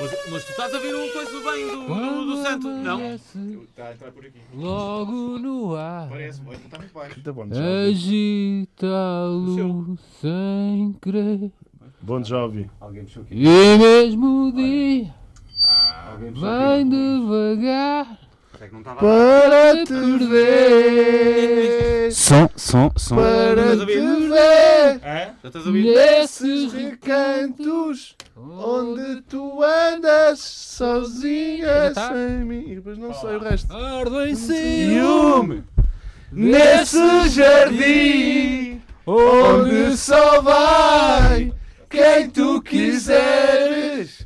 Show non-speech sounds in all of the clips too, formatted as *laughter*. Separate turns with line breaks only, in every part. Mas, mas tu estás a ver um coisa do bem do, do, do santo? Não.
Está tá por aqui.
Logo no ar.
Parece-me.
então
Olha, está muito baixo.
Da Bon Jovi.
Agita-lo sem querer.
Bon Jovi.
Alguém mexeu aqui.
E mesmo dia
Alguém mexeu
vem
aqui.
devagar
É que não estava lá.
Para te ver.
Som, som, som.
Para te ver.
Hã?
Já estás a ouvir?
nesses recantos
Recantos onde tu andas sozinha
Já tá?
sem mim. E depois não sei o resto.
ardem
Ciúme nesse jardim onde só vai quem tu quiseres.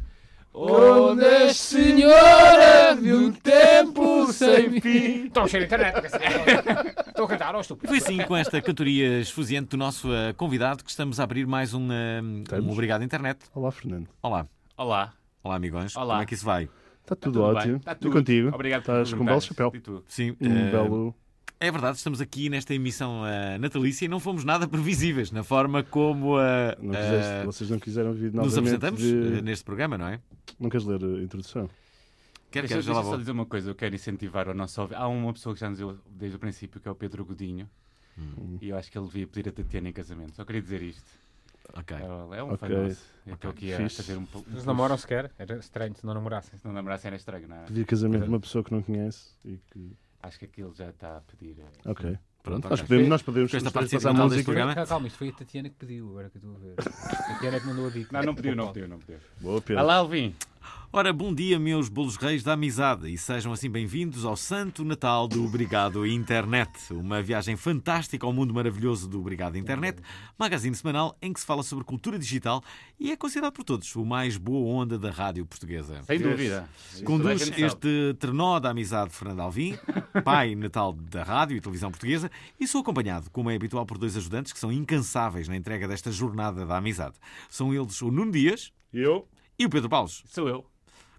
Onde és senhora de um tempo sem fim.
Estão cheio de internet. quer dizer, *laughs* Estou a cantar, ó estúpido.
Foi assim com esta cantoria esfuziante do nosso eh, convidado que estamos a abrir mais um, eh, um
Estamos.
Obrigado Internet.
Olá, Fernando.
Olá.
Olá.
Olá, amigões.
Olá.
Como é que isso vai?
Está tudo,
tudo bem,
ótimo.
tá
E
tudo.
contigo.
Obrigado por
Estás com um belo
perguntares.
chapéu.
E tu?
Sim.
Um
eh,
belo.
É verdade, estamos aqui nesta emissão eh, natalícia e não fomos nada *laughs* previsíveis na forma como eh,
Não
eh,
quiseste, vocês não quiseram vir
nos
novamente
apresentamos eh,
de-
neste programa, não é?
Não queres ler a introdução?
Quer que
Deixa,
já
deixa
lá
eu só
vou.
dizer uma coisa, eu quero incentivar o nosso ouvi- Há uma pessoa que já nos deu desde o princípio, que é o Pedro Godinho.
Hum.
E eu acho que ele devia pedir a Tatiana em casamento. Só queria dizer isto.
Ok.
É, é um
Ok.
fã nosso. Eu estou aqui a
Fixe.
fazer um pouco.
Eles namoram sequer, era estranho se não namorassem.
Se não namorasse era estranho, não é?
Pedir casamento de uma pessoa que não conhece e que.
Acho que aquilo já está a pedir. eh,
Ok.
Pronto,
Nós
ok.
podemos, nós podemos
Com esta
os três
participação
passar
deste
música.
programa.
é? Calma, calma, isto foi a Tatiana que pediu, agora que eu estou a ver. A Tatiana é que mandou a dica.
Não, não pediu, não pediu, não pediu.
Boa, Pedro.
Olá, Alvin.
Ora, bom dia, meus bolos reis da amizade, e sejam assim bem-vindos ao Santo Natal do Obrigado Internet. Uma viagem fantástica ao mundo maravilhoso do Obrigado Internet, magazine semanal em que se fala sobre cultura digital e é considerado por todos o mais boa onda da rádio portuguesa.
Sem dúvida. Toda a
Conduz
gente sabe.
este trenó da amizade de Fernando Alvim, pai natal da rádio e televisão portuguesa, e sou acompanhado, como é habitual, por dois ajudantes que são incansáveis na entrega desta jornada da amizade. São eles o Nuno Dias
Eu.
e o Pedro Paulos.
Sou eu.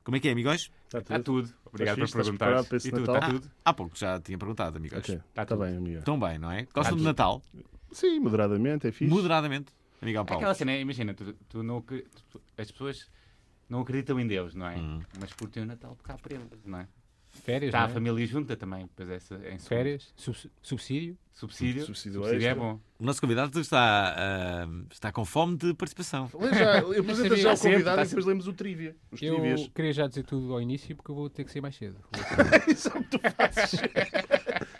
Como é que é, amigões?
Está tudo.
Está tudo. Obrigado
fixe?
por
Estás
perguntar.
preparado para esse
E tudo,
Natal?
está
Ah,
tudo.
há pouco já tinha perguntado, amigões.
Ok. Está tá
Tá tudo.
bem, amiga.
Estão bem, não é? Gostam de Natal?
Sim, moderadamente, é fixe.
Moderadamente. Amigão
É
Paulo.
aquela cena, imagina, tu, tu não, acre- tu- as pessoas não acreditam em Deus, não é?
Hum.
Mas curtem o Natal porque há prenda, não é?
Férias,
Está a
não é?
família junta também, pois essa é em segundo.
Férias, sub- subsídio.
Subsídio.
Subsídio
Subsídio, é
extra.
bom.
O nosso convidado está, ah, está com fome de participação.
Lê já, apresenta já o
Sempre,
convidado
tá
e depois lemos o trivia. Os
Eu
trivias. *laughs*
queria já dizer tudo ao início porque eu vou ter que sair mais cedo.
Isso é o que tu fazes.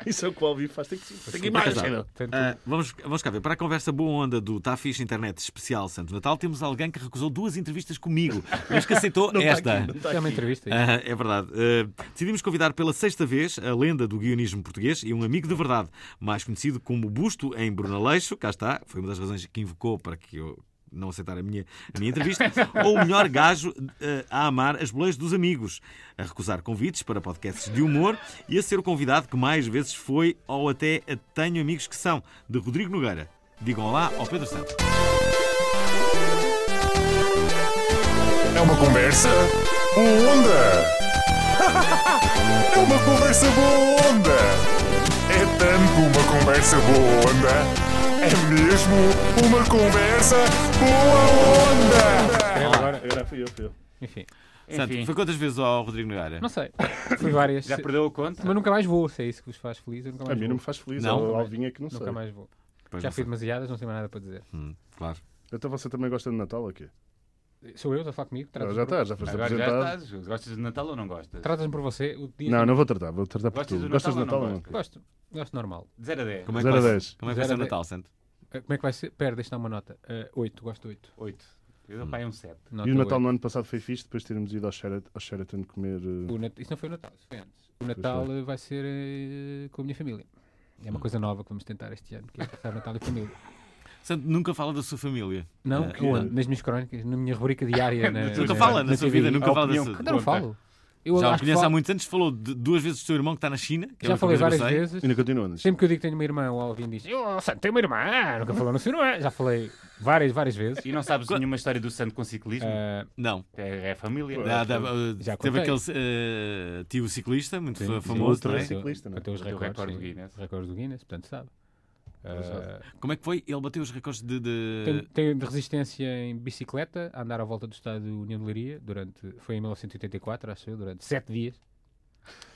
Isso é o que o Alvi faz. Tem que ser. Tem que ir mais. cedo.
Portanto,
Ah, vamos, vamos cá ver. Para a conversa boa onda do Tá Fixe Internet Especial Santo Natal, temos alguém que recusou duas entrevistas comigo, mas que
*laughs*
aceitou
Não tá
esta.
aqui, não tá
isto é uma
aqui.
entrevista.
Ah, é verdade. Ah, decidimos convidar pela sexta vez a lenda do guionismo português e um amigo de verdade, mais conhecido como Busto em Brunaleixo. Cá está, foi uma das razões que invocou para que eu não aceitar a minha, a minha entrevista. Ou o melhor gajo ah, a amar as boleias dos amigos, a recusar convites para podcasts de humor e a ser o convidado que mais vezes foi ou até a tenho amigos que são, de Rodrigo Nogueira. Digam olá ao Pedro Santos.
É uma conversa boa onda. *laughs* É uma conversa boa onda. É tanto uma conversa boa onda. É mesmo uma conversa boa onda.
Agora fui eu, fui eu.
Enfim,
Santo,
Enfim.
foi quantas vezes ao Rodrigo Nogueira?
não sei. Fui várias.
Já perdeu a conta?
Mas nunca mais vou, se é isso que vos faz feliz, eu nunca
A
mais
mim
vou.
não me faz feliz.
Não.
Não, Alvinho é que não sei.
Nunca mais vou.
Pois
Já
não
fui
sei.
demasiadas, não tenho mais nada para dizer.
Hum, claro.
Então você também gosta de Natal ou quê?
Sou eu, estás a falar comigo?
Não,
Tratas-me
já
por-
estás, já foste
Agora já
apresentado.
estás. Gostas de Natal ou não gostas?
Tratas-me por você. O dia
Não, não vou tratar, vou tratar por
Gostas
tu.
do
Gostas de Natal
Natal ou
ou
não
não?
gostas?
Gosto, gosto normal. Eh,
De 0 a 10.
Como é que
Zero a
vai ser-
dez.
como é que vai ser o
Zero a dez.
Natal, Santo?
Ah, Como é que vai ser? Pera, deixa-me dar uma nota. 8, Eh, gosto de 8.
8. Eu dou para aí um 7.
Nota
E o Natal
oito.
no ano passado foi fixe, depois de termos ido ao Sheraton, ao Sheraton comer. eh,
O Nat- Isso não foi o Natal, isso foi antes. O Natal eh, vai ser eh, com a minha família. É uma coisa nova que vamos tentar este ano, que é passar o Natal em família.
Santo, nunca fala da sua família.
Não,
É,
não, nas minhas crónicas, na minha rubrica diária. na-
Nunca
na-
fala
É. na
na sua
TV.
vida, nunca
A
fala da
opinião
sua.
que
Não, não
Conta.
falo. Eu
Já o
acho que
conheço há
falo-
muitos anos, falou de- duas vezes do seu irmão que está na China. Que é
Já
uma
falei
coisa que eu
várias
sei.
vezes.
Ainda continuas.
Sempre que eu digo que tenho uma irmã ou alguém diz, eu oh, Santo, tenho uma irmã, nunca falou no seu irmã. Já falei várias, várias vezes.
E não sabes
Qual-
nenhuma história do santo com ciclismo?
Hum. Ah,
Não.
É, é família.
Da- da- uh,
Já
teve
contei.
aquele eh, tio ciclista, muito fa-
sim,
famoso.
sim,
não é?
sim.
ciclista, não é?
Bateu os
Bateu o
recordes,
recorde do
sim.
Guinness.
Os recordes do Guinness, portanto sabe. Ah,
Como é que foi? Ele bateu os recordes de. de-
Tenho, tenho de resistência em bicicleta, a andar à volta do estádio União de Leiria, durante, foi em 1984, acho eu, durante 7 dias.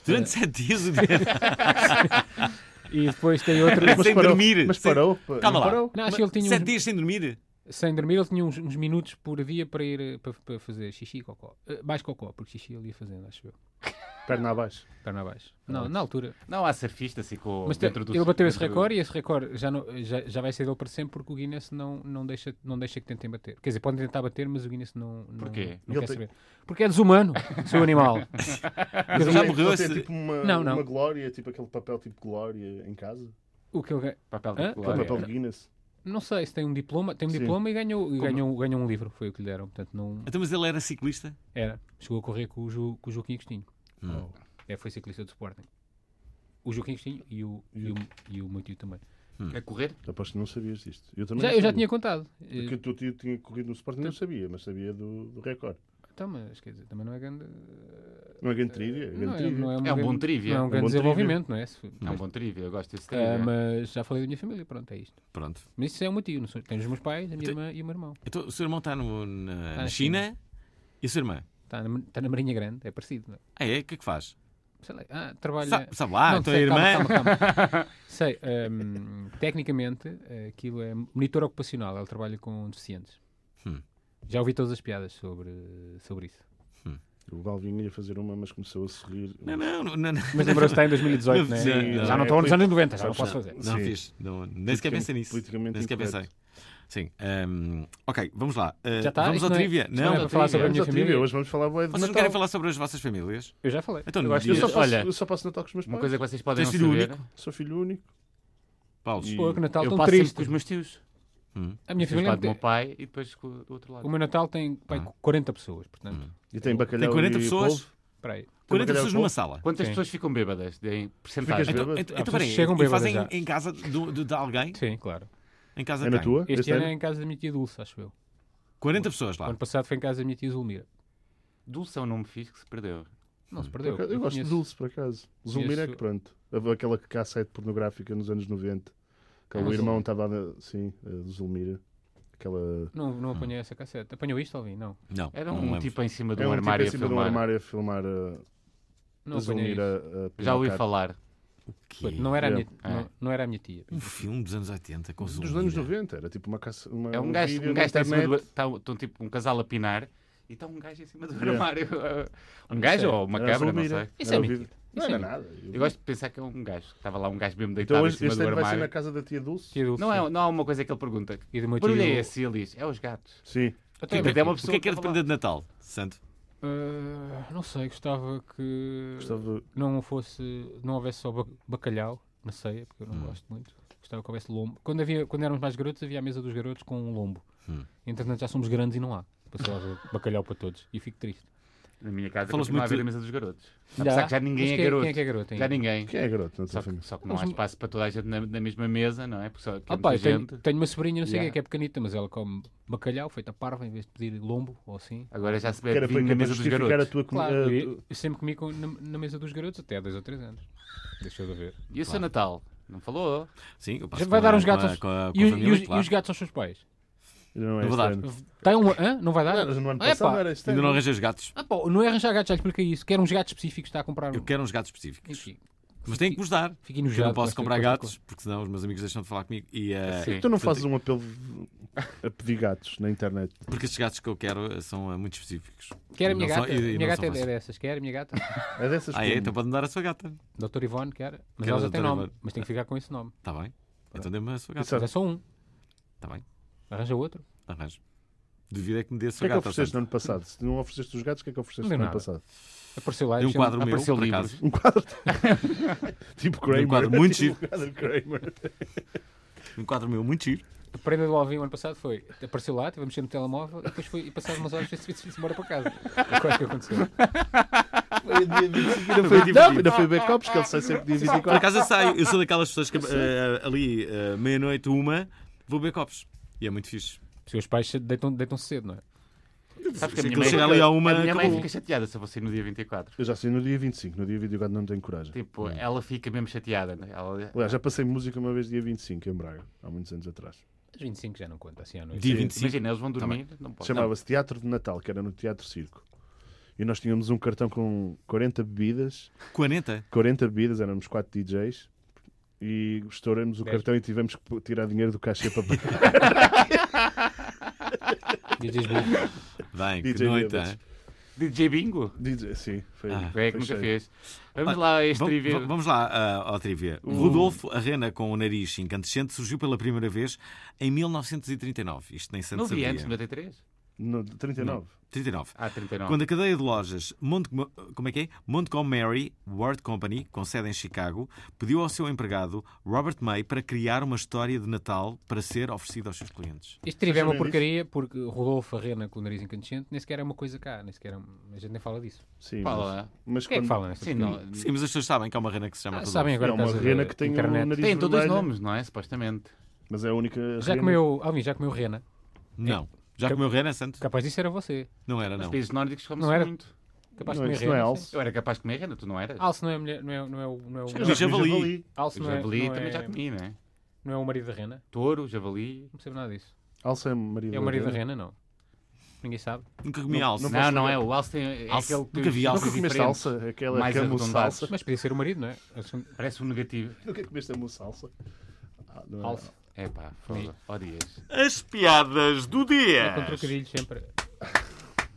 Durante sete
*laughs*
dias o dia.
E depois tem
*laughs*
outro.
sem
parou,
dormir.
Mas
sem-
parou. pa-
Calma
não
lá.
parou.
Não, acho que ele tinha um-
Sete
uns-
dias sem dormir?
sem dormir, ele tinha uns, uns minutos por dia para ir eh, para, para fazer xixi e cocó. Eh, mais cocó, porque xixi ele ia fazendo, acho eu.
Perna abaixo.
Perna abaixo. Não, na altura.
Não há surfista assim com
Mas te-
dentro do
ele bateu esse
dentro do-
recorde e esse recorde já, não- já, já vai ser dele para sempre porque o Guinness não, não, deixa, não deixa que tentem bater. Quer dizer, podem tentar bater, mas o Guinness não, não,
Porquê?
não
Ele
quer
tem-
saber. Porque é desumano, seu
*laughs*
animal.
Mas
já
ele
morreu
tem
esse-
tipo uma,
Não, não.
uma glória, tipo aquele papel tipo glória em casa.
O que ele ganha-
Papel
Hã? Hum.
de
Aquele
colar.
papel de Guinness.
Não sei se tem um diploma, tem um
Sim.
diploma e ganhou, e ganhou, ganhou um livro, foi o que lhe deram. Portanto, não
Então, mas ele era ciclista?
era. Chegou a correr com o, Ju, com o Joaquim Agostinho.
Hum.
Não.
É, foi ciclista do Sporting. O Joaquim Agostinho e o, e o, e o meu tio também.
A correr?
Aposto que não sabias disto. Eu também
Já,
não
eu já
sabia.
tinha contado. Eh,
Porque o teu tio tinha corrido no Sporting, não sabia, mas sabia do, do recorde.
Então, mas quer dizer, também não é grande.
Não é grande trivia? É grande
Não é,
trivia.
não é, um,
É um
grande,
bom
não é
trivia.
um grande
bom trivia.
desenvolvimento, não é? Se-
É um bom trivia, eu gosto desse
Ah,
trivia.
mas já falei da minha família, pronto, é isto.
Pronto.
Mas isso é o meu tio, não sou- tenho os meus pais, a minha
Então-
irmã e o meu irmão.
Então, o seu irmão está no- na,
Tá
na
na
China. E a sua irmã?
Está na, está na Marinha Grande, é parecido, não é?
Ah, é? O que é que faz?
Sei lá, ah, trabalha.
Sabe, sabe lá,
Não,
então a
sei,
irmã.
calma, calma, calma. sei, hum, tecnicamente, eh, aquilo é monitor ocupacional, ele trabalha com deficientes.
Hum.
Já ouvi todas as piadas sobre, sobre isso.
O Valvinho ia fazer uma, mas começou a sorrir.
Não, não, não. não, não.
Mas lembrou-se está em 2018,
não é?
né?
Sim,
já
não,
não
é
estou nos
polit-
anos 90, já não posso
Sabes-
fazer.
Não
Sim.
fiz. Não, nem sequer
Politicamente-
pensei nisso.
politicamente
Nem sequer pensei.
incorreto.
Sim. hum, ok, vamos lá. Uh,
Já está?
Vamos
Isto
ao
não é-
trivia.
isto não é
Não,
para falar sobre a
Vamos
minha
ao trivia.
família.
Hoje vamos falar bué de
vocês não
Natal.
querem falar sobre as vossas famílias?
Eu já falei.
Então,
Eu acho que
Eu
dias-
só, passo,
Olha.
eu só passo Natal com os meus
Uma
pais.
coisa que vocês podem
Tens
não
sido
saber,
único?
Sou filho único.
Paulo.
E-
Pô, que Natal
eu
tão
passo sempre
triste.
com os meus tios.
A minha
Fiz
família
lado do
Um tem-
meu pai e depois com o do outro lado.
O meu Natal tem pai, 40 pessoas, portanto,
E tem bacalhau
Tem 40
e
pessoas?
polvo.
espera aí.
40
bacalhau
pessoas
com-
numa sala.
Quantas
Sim.
pessoas ficam bêbadas? Em porcentagem.
Ficas
Então,
bêbado?
então,
Há
então
pessoas
peraí,
que Ah, chegam
e
bêbadas
fazem
já.
em casa do, do- de alguém?
Sim, claro.
Em casa
É
de
na
quem?
tua?
Este ano é em casa da minha tia Dulce, acho eu.
40 pessoas
O
lá.
ano passado foi em casa da minha tia Zulmira.
Dulce é um nome fixe que se perdeu.
Não se
Por
perdeu.
acaso- Eu gosto de
conheço-
Dulce, por acaso. Zulmir é
Conheço-
que pronto. Houve Aquela cassete pornográfica nos anos 90. Que
Ah,
o
Zulmira.
irmão estava. na- Sim, a Zulmira. Aquela.
Não, não apanhei essa cassete. Apanhou isto, Alvin? Não.
Não,
Era
não
um
lembro.
tipo em cima de
É
um
um tipo
armário
em cima
a
de um
filmar.
armário a filmar eh, a,
Não apanhei
a Zulmir
isso.
a, a
Já ouvi
pilotar.
falar.
Que-
Pois, Não era, a minha,
É.
não, não era a minha tia.
Um filme dos anos 80 com
Dos
Zulmira.
anos 90, era tipo uma caça. Uma,
É um gajo,
vídeo
um
na
gajo está em cima do.
internet.
Está, estão tipo um casal a pinar e está um gajo em cima do
Yeah. *laughs*
armário. Um gajo ou uma
Era a
cabra, não
Zulmira.
sei.
Isso
Era
é
o
mentira.
um vídeo.
Isso
Não
é
era
mentira.
nada.
Eu gosto de pensar que é um gajo. Estava lá um gajo mesmo deitado
Então
em
hoje,
cima
este
do
ano vai ser na
armário.
casa da tia Dulce?
Tia Dulce.
Não, é, não há uma coisa que ele pergunta.
E do meu
Que barulho é
tio-
esse? E Ele diz: é os gatos.
Sim.
Até
Tipo, até uma
O
pessoa
que é que é
estava lá.
depender de Natal, Santo?
Ah, não sei, gostava que
Gostava.
não fosse, não houvesse só ba- bacalhau na ceia, porque eu não gosto muito. Gostava que houvesse lombo. Quando, havia, quando éramos mais garotos, havia a mesa dos garotos com um lombo. Entretanto, já somos grandes e não há. Passou a haver bacalhau para todos. E fico triste.
Na minha casa
Falas
continua a
muito
haver
de-
a mesa dos garotos. Apesar que já
Mas
ninguém é
quem,
garoto.
Quem é que é garoto ainda?
Já ninguém.
Quem é garoto na
Só
tua
que,
família?
só que não
Mas
há
um-
espaço para toda a gente na, na mesma mesa, não é? Porque só que é
Ah, pá,
muita
eu tenho,
gente.
tenho uma sobrinha, não sei o que é,
Yeah.
que é pequenita, mas ela come bacalhau feito a parva em vez de pedir lombo ou assim.
Agora já se
Que
bebe
era para,
é
vinho na
que para
mesa dos
justificar a
garotos.
tua comida.
Claro,
Eh,
a
eu,
tu-
eu sempre comi com- na, na mesa dos garotos até há dois ou três anos. Deixou de haver.
E o seu Natal? Não falou?
Sim, eu passo
Vai
com a-
dar uns
com a-
gatos aos...
com a- Ah, com a
e, os-
família,
e os, e
claro.
os gatos aos seus pais?
Não é
Não vou
este
dar.
ano.
Tem um... Hã? Não vai dar?
Não, mas no ano
Ah, é
passado
pá.
não era este
Ainda não
ano.
arranjei os gatos.
Ah, pá, não é arranjar gatos, já expliquei isso. Quero uns gatos específicos, está a comprar um.
Eu quero uns gatos específicos.
Enfim,
Mas têm que vos dar.
fiquei
Porque eu
enojado.
não posso
com esta-
comprar
com esta
gatos, porque senão os meus amigos deixam de falar comigo. E, eh,
Sim.
Tu não fazes um apelo a pedir gatos na internet?
porque estes gatos que eu quero eh, são eh, muito específicos.
coisa. Quer a minha
Não são-
gata?
e- e
minha
não
gata
são
é
fáceis.
dessas. Quer a
*laughs*
minha gata?
É dessas
Ah, é?
coisas.
Então pode-me dar a sua gata.
Doutor Ivone, quer? Mas
Quero
ela já
a
tem
Dra.
nome.
Ivone.
Mas tem que ficar com esse nome.
Está bem? Tá Então dê-me a sua
Isso
gata.
é-
Mas é só um.
Está Tá bem?
Arranja outro.
Arranjo. Duvido é que me desse
O que é que
a gata.
ofereceste no
Santos.
ano passado? Se não ofereceste os gatos, o que é que ofereceste
Não deu
no ano
nada.
passado?
Apareceu lá
Tem um quadro meu,
apareceu
por
livros.
acaso.
Um quadro. tipo Kramer.
Um quadro muito
tipo
giro.
um quadro Kramer.
Um quadro meu muito giro.
A prenda do Alvin o ano passado foi. Apareceu lá, estive a mexer no telemóvel e depois foi. E passado umas horas foi-se embora para casa. É quase que aconteceu.
Foi dia 25.
Ainda foi, não, ainda foi backups, que ele sai sempre dia 24.
Por acaso eu saio, eu sou daquelas pessoas que eh, ali, eh, meia-noite, uma, vou beber copos. E é muito fixe.
Os seus pais se deitam, deitam-se cedo, não é?
Sabes que a
Se
minha
aquilo
mãe,
chegar ali a uma,
a minha mãe
acabou.
fica chateada se eu vou sair no dia 24.
Eu já sei no dia 25, no dia 24 não tenho coragem.
Hum.
Tipo, ela fica mesmo chateada. né? Ela...
Aliás, já passei música uma vez dia 25 em Braga, há muitos anos atrás.
Às 25 já não conta assim à noite.
dia 25.
Imagina, eles vão dormir. não podem.
Chamava-se Teatro de Natal, que era no Teatro Circo. E nós tínhamos um cartão com 40 bebidas,
40?
40 bebidas, éramos 4 DJs, e estouramos o
Dez.
cartão e tivemos que pô- tirar dinheiro do caixa para pagar.
DJs Bulls.
Bem, que
DJ
noite,
Bebas.
hein?
DJ Bingo?
DJ, sim, foi.
Ah.
É que
foi
nunca
cheio.
fez. Vamos lá a este
Vam-
trivia.
va- Ah, Vamos lá ah, ao trivia. Rodolfo Arrena com o nariz incandescente surgiu pela primeira vez em 1939. Isto nem
Não
Santos
vi
sabia.
antes, 93?
No, 39.
39.
Ah, 39.
Quando a cadeia de lojas Montcom- como é que é? Montgomery Ward Company, com sede em Chicago, pediu ao seu empregado Robert May para criar uma história de Natal para ser oferecida aos seus clientes.
Este trivia é uma
Vocês sabem
porcaria porque Rodolfo Arrena com o nariz incandescente nem sequer é uma coisa cá, nem sequer é um- a gente nem fala disso.
Sim,
Fala
mas,
lá.
mas
Quem é que
quando-
fala nesta
Sim,
porcaria?
não.
Sim, mas as pessoas sabem que há uma rena que se chama
Ah,
Rodolfo.
sabem agora
É
por
uma
causa
rena
da
que tem um
internet.
nariz
Tem todos os
né?
vermelho,
nomes, não é? Supostamente.
mas é a única
Já
rena-
comeu, Alvin, já comeu rena?
Não. Já comeu rena, Santos?
Capaz disso era você.
Não era,
Os
não.
países nórdicos comem
Não era-
muito.
Capaz
Não,
de
isso
comer
não é
rena.
alce.
sim.
Eu era capaz de comer rena, tu não eras?
Alce não é mulher, não é, não é, o- não é o.
Eu já javali.
Alce
O
não é,
javali
não,
também já
é,
comi, né?
não é o marido da rena?
Touro, javali.
Não percebo nada disso.
Alça é marido
É o marido da
da
rena, não. Ninguém sabe.
Nunca comi alce.
Não,
Não,
não, é. O alce tem. É
Alce.
aquele que
Nunca vi
tem
alce.
Nunca
diferentes.
comeste alça? Aquela
mais
que é a
arredondados.
moçalça? *laughs*
Mas podia ser o marido, não é? A segunda-
Parece um negativo.
Nunca comeste a moçalça? Ah, não é-
Alce.
É pá, foda. Ó dias.
As piadas do
É com
dia.
trocadilhos sempre.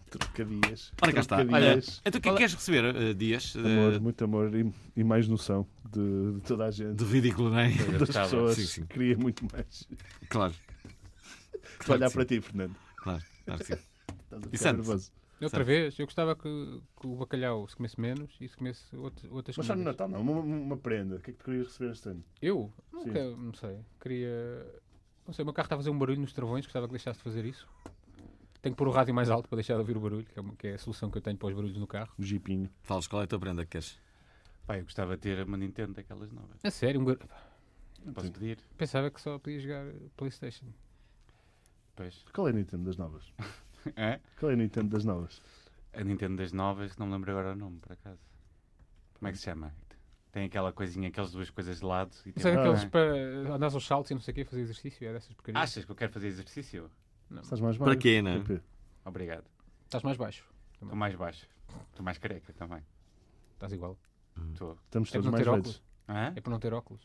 Trocadilhas.
Ora cá está. Olha,
Trocadilhas.
então o que é que queres receber, eh, Dias? Eh,
Amor, muito amor e, e mais noção de, de toda a gente.
De ridículo, não é? *laughs*
Eu
*laughs* das
gostava.
pessoas.
sim, sim.
Queria muito mais.
Claro,
Estou a olhar
sim.
para ti, Fernando.
claro, claro que sim.
Estás a
E
ficar
Santos?
nervoso.
Outra vez, eu gostava que, que o bacalhau se comesse menos e se comesse outro- outras coisas.
Mas só no Natal não, uma, uma prenda. O que é que tu querias receber este ano?
Eu? Nunca, não sei. Queria. Não sei, o meu carro está a fazer um barulho nos travões, gostava que deixasse de fazer isso. Tenho que pôr o rádio mais alto para deixar de ouvir o barulho, que é, uma- que é a solução que eu tenho para os barulhos no carro.
O jipinho.
Falas, qual é a tua prenda que queres?
Pá, eu gostava de ter uma Nintendo daquelas novas.
É sério, um gar...
Não posso pedir.
pensava que só podia jogar Playstation.
Pois.
Qual é a Nintendo das novas?
É?
Qual é a Nintendo das novas?
A Nintendo das novas, que não me lembro agora o nome, por acaso. Como é que se chama? Tem aquela coisinha, aquelas duas coisas de lado. E tem
Não sei,
Ah,
aqueles
é.
para andar aos saltos e não sei o quê, fazer exercício, é dessas porcarias.
Achas que eu quero fazer exercício?
Estás mais
Para
magro?
quê, não é?
PP.
Obrigado.
Estás mais baixo,
Estou mais baixo. Estou mais careca também.
estás igual.
Estou.
Estamos
É
todos
para não
mais
ter
velhos.
Hã?
É para não ter óculos.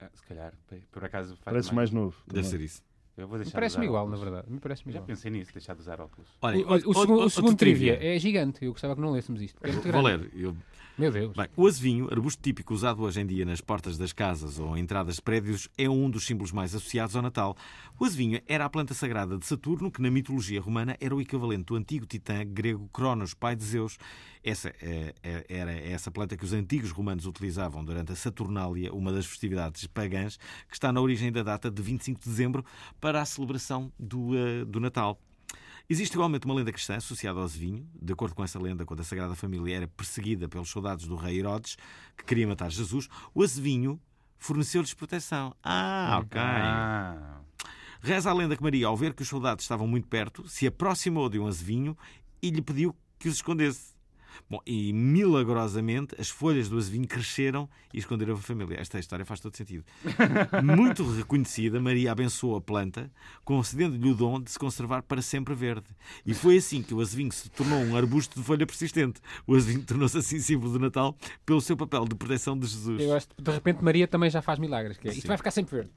Ah, Se calhar, P- por acaso faz
Pareces mais novo.
Deve
também.
ser isso.
Eu vou
Me
deixar de
parece-me
usar
igual, na
óculos.
verdade. Me parece-me
Já
igual.
pensei nisso, deixar de usar óculos.
Olha,
O, o- o
outro-
segundo, o
outro
segundo trivia é gigante. Eu gostava que não lêssemos isto. porque É muito
Vou
grande.
ler. Eu
Meu Deus.
Bem, o azevinho, arbusto típico usado hoje em dia nas portas das casas ou em entradas de prédios, é um dos símbolos mais associados ao Natal. O azevinho era a planta sagrada de Saturno, que na mitologia romana era o equivalente do antigo titã grego Cronos, pai de Zeus. Essa eh, eh, era essa planta que os antigos romanos utilizavam durante a Saturnália, uma das festividades pagãs, que está na origem da data de 25 de dezembro para a celebração do, eh, do Natal. Existe igualmente uma lenda cristã associada ao Zevinho. De acordo com essa lenda, quando a Sagrada Família era perseguida pelos soldados do rei Herodes, que queria matar Jesus, o Azevinho forneceu-lhes proteção. Ah, ok.
Ah,
Reza a lenda que Maria, ao ver que os soldados estavam muito perto, se aproximou de um azevinho e lhe pediu que os escondesse. Bom, e milagrosamente as folhas do azevinho cresceram e esconderam a família. Esta história faz todo sentido. Muito reconhecida, Maria abençoou a planta, concedendo-lhe o dom de se conservar para sempre verde. E foi assim que o azevinho se tornou um arbusto de folha persistente. O azevinho tornou-se assim símbolo do Natal pelo seu papel de proteção de Jesus.
Eu acho que de repente Maria também já faz milagres. Que é, isto vai ficar sempre verde.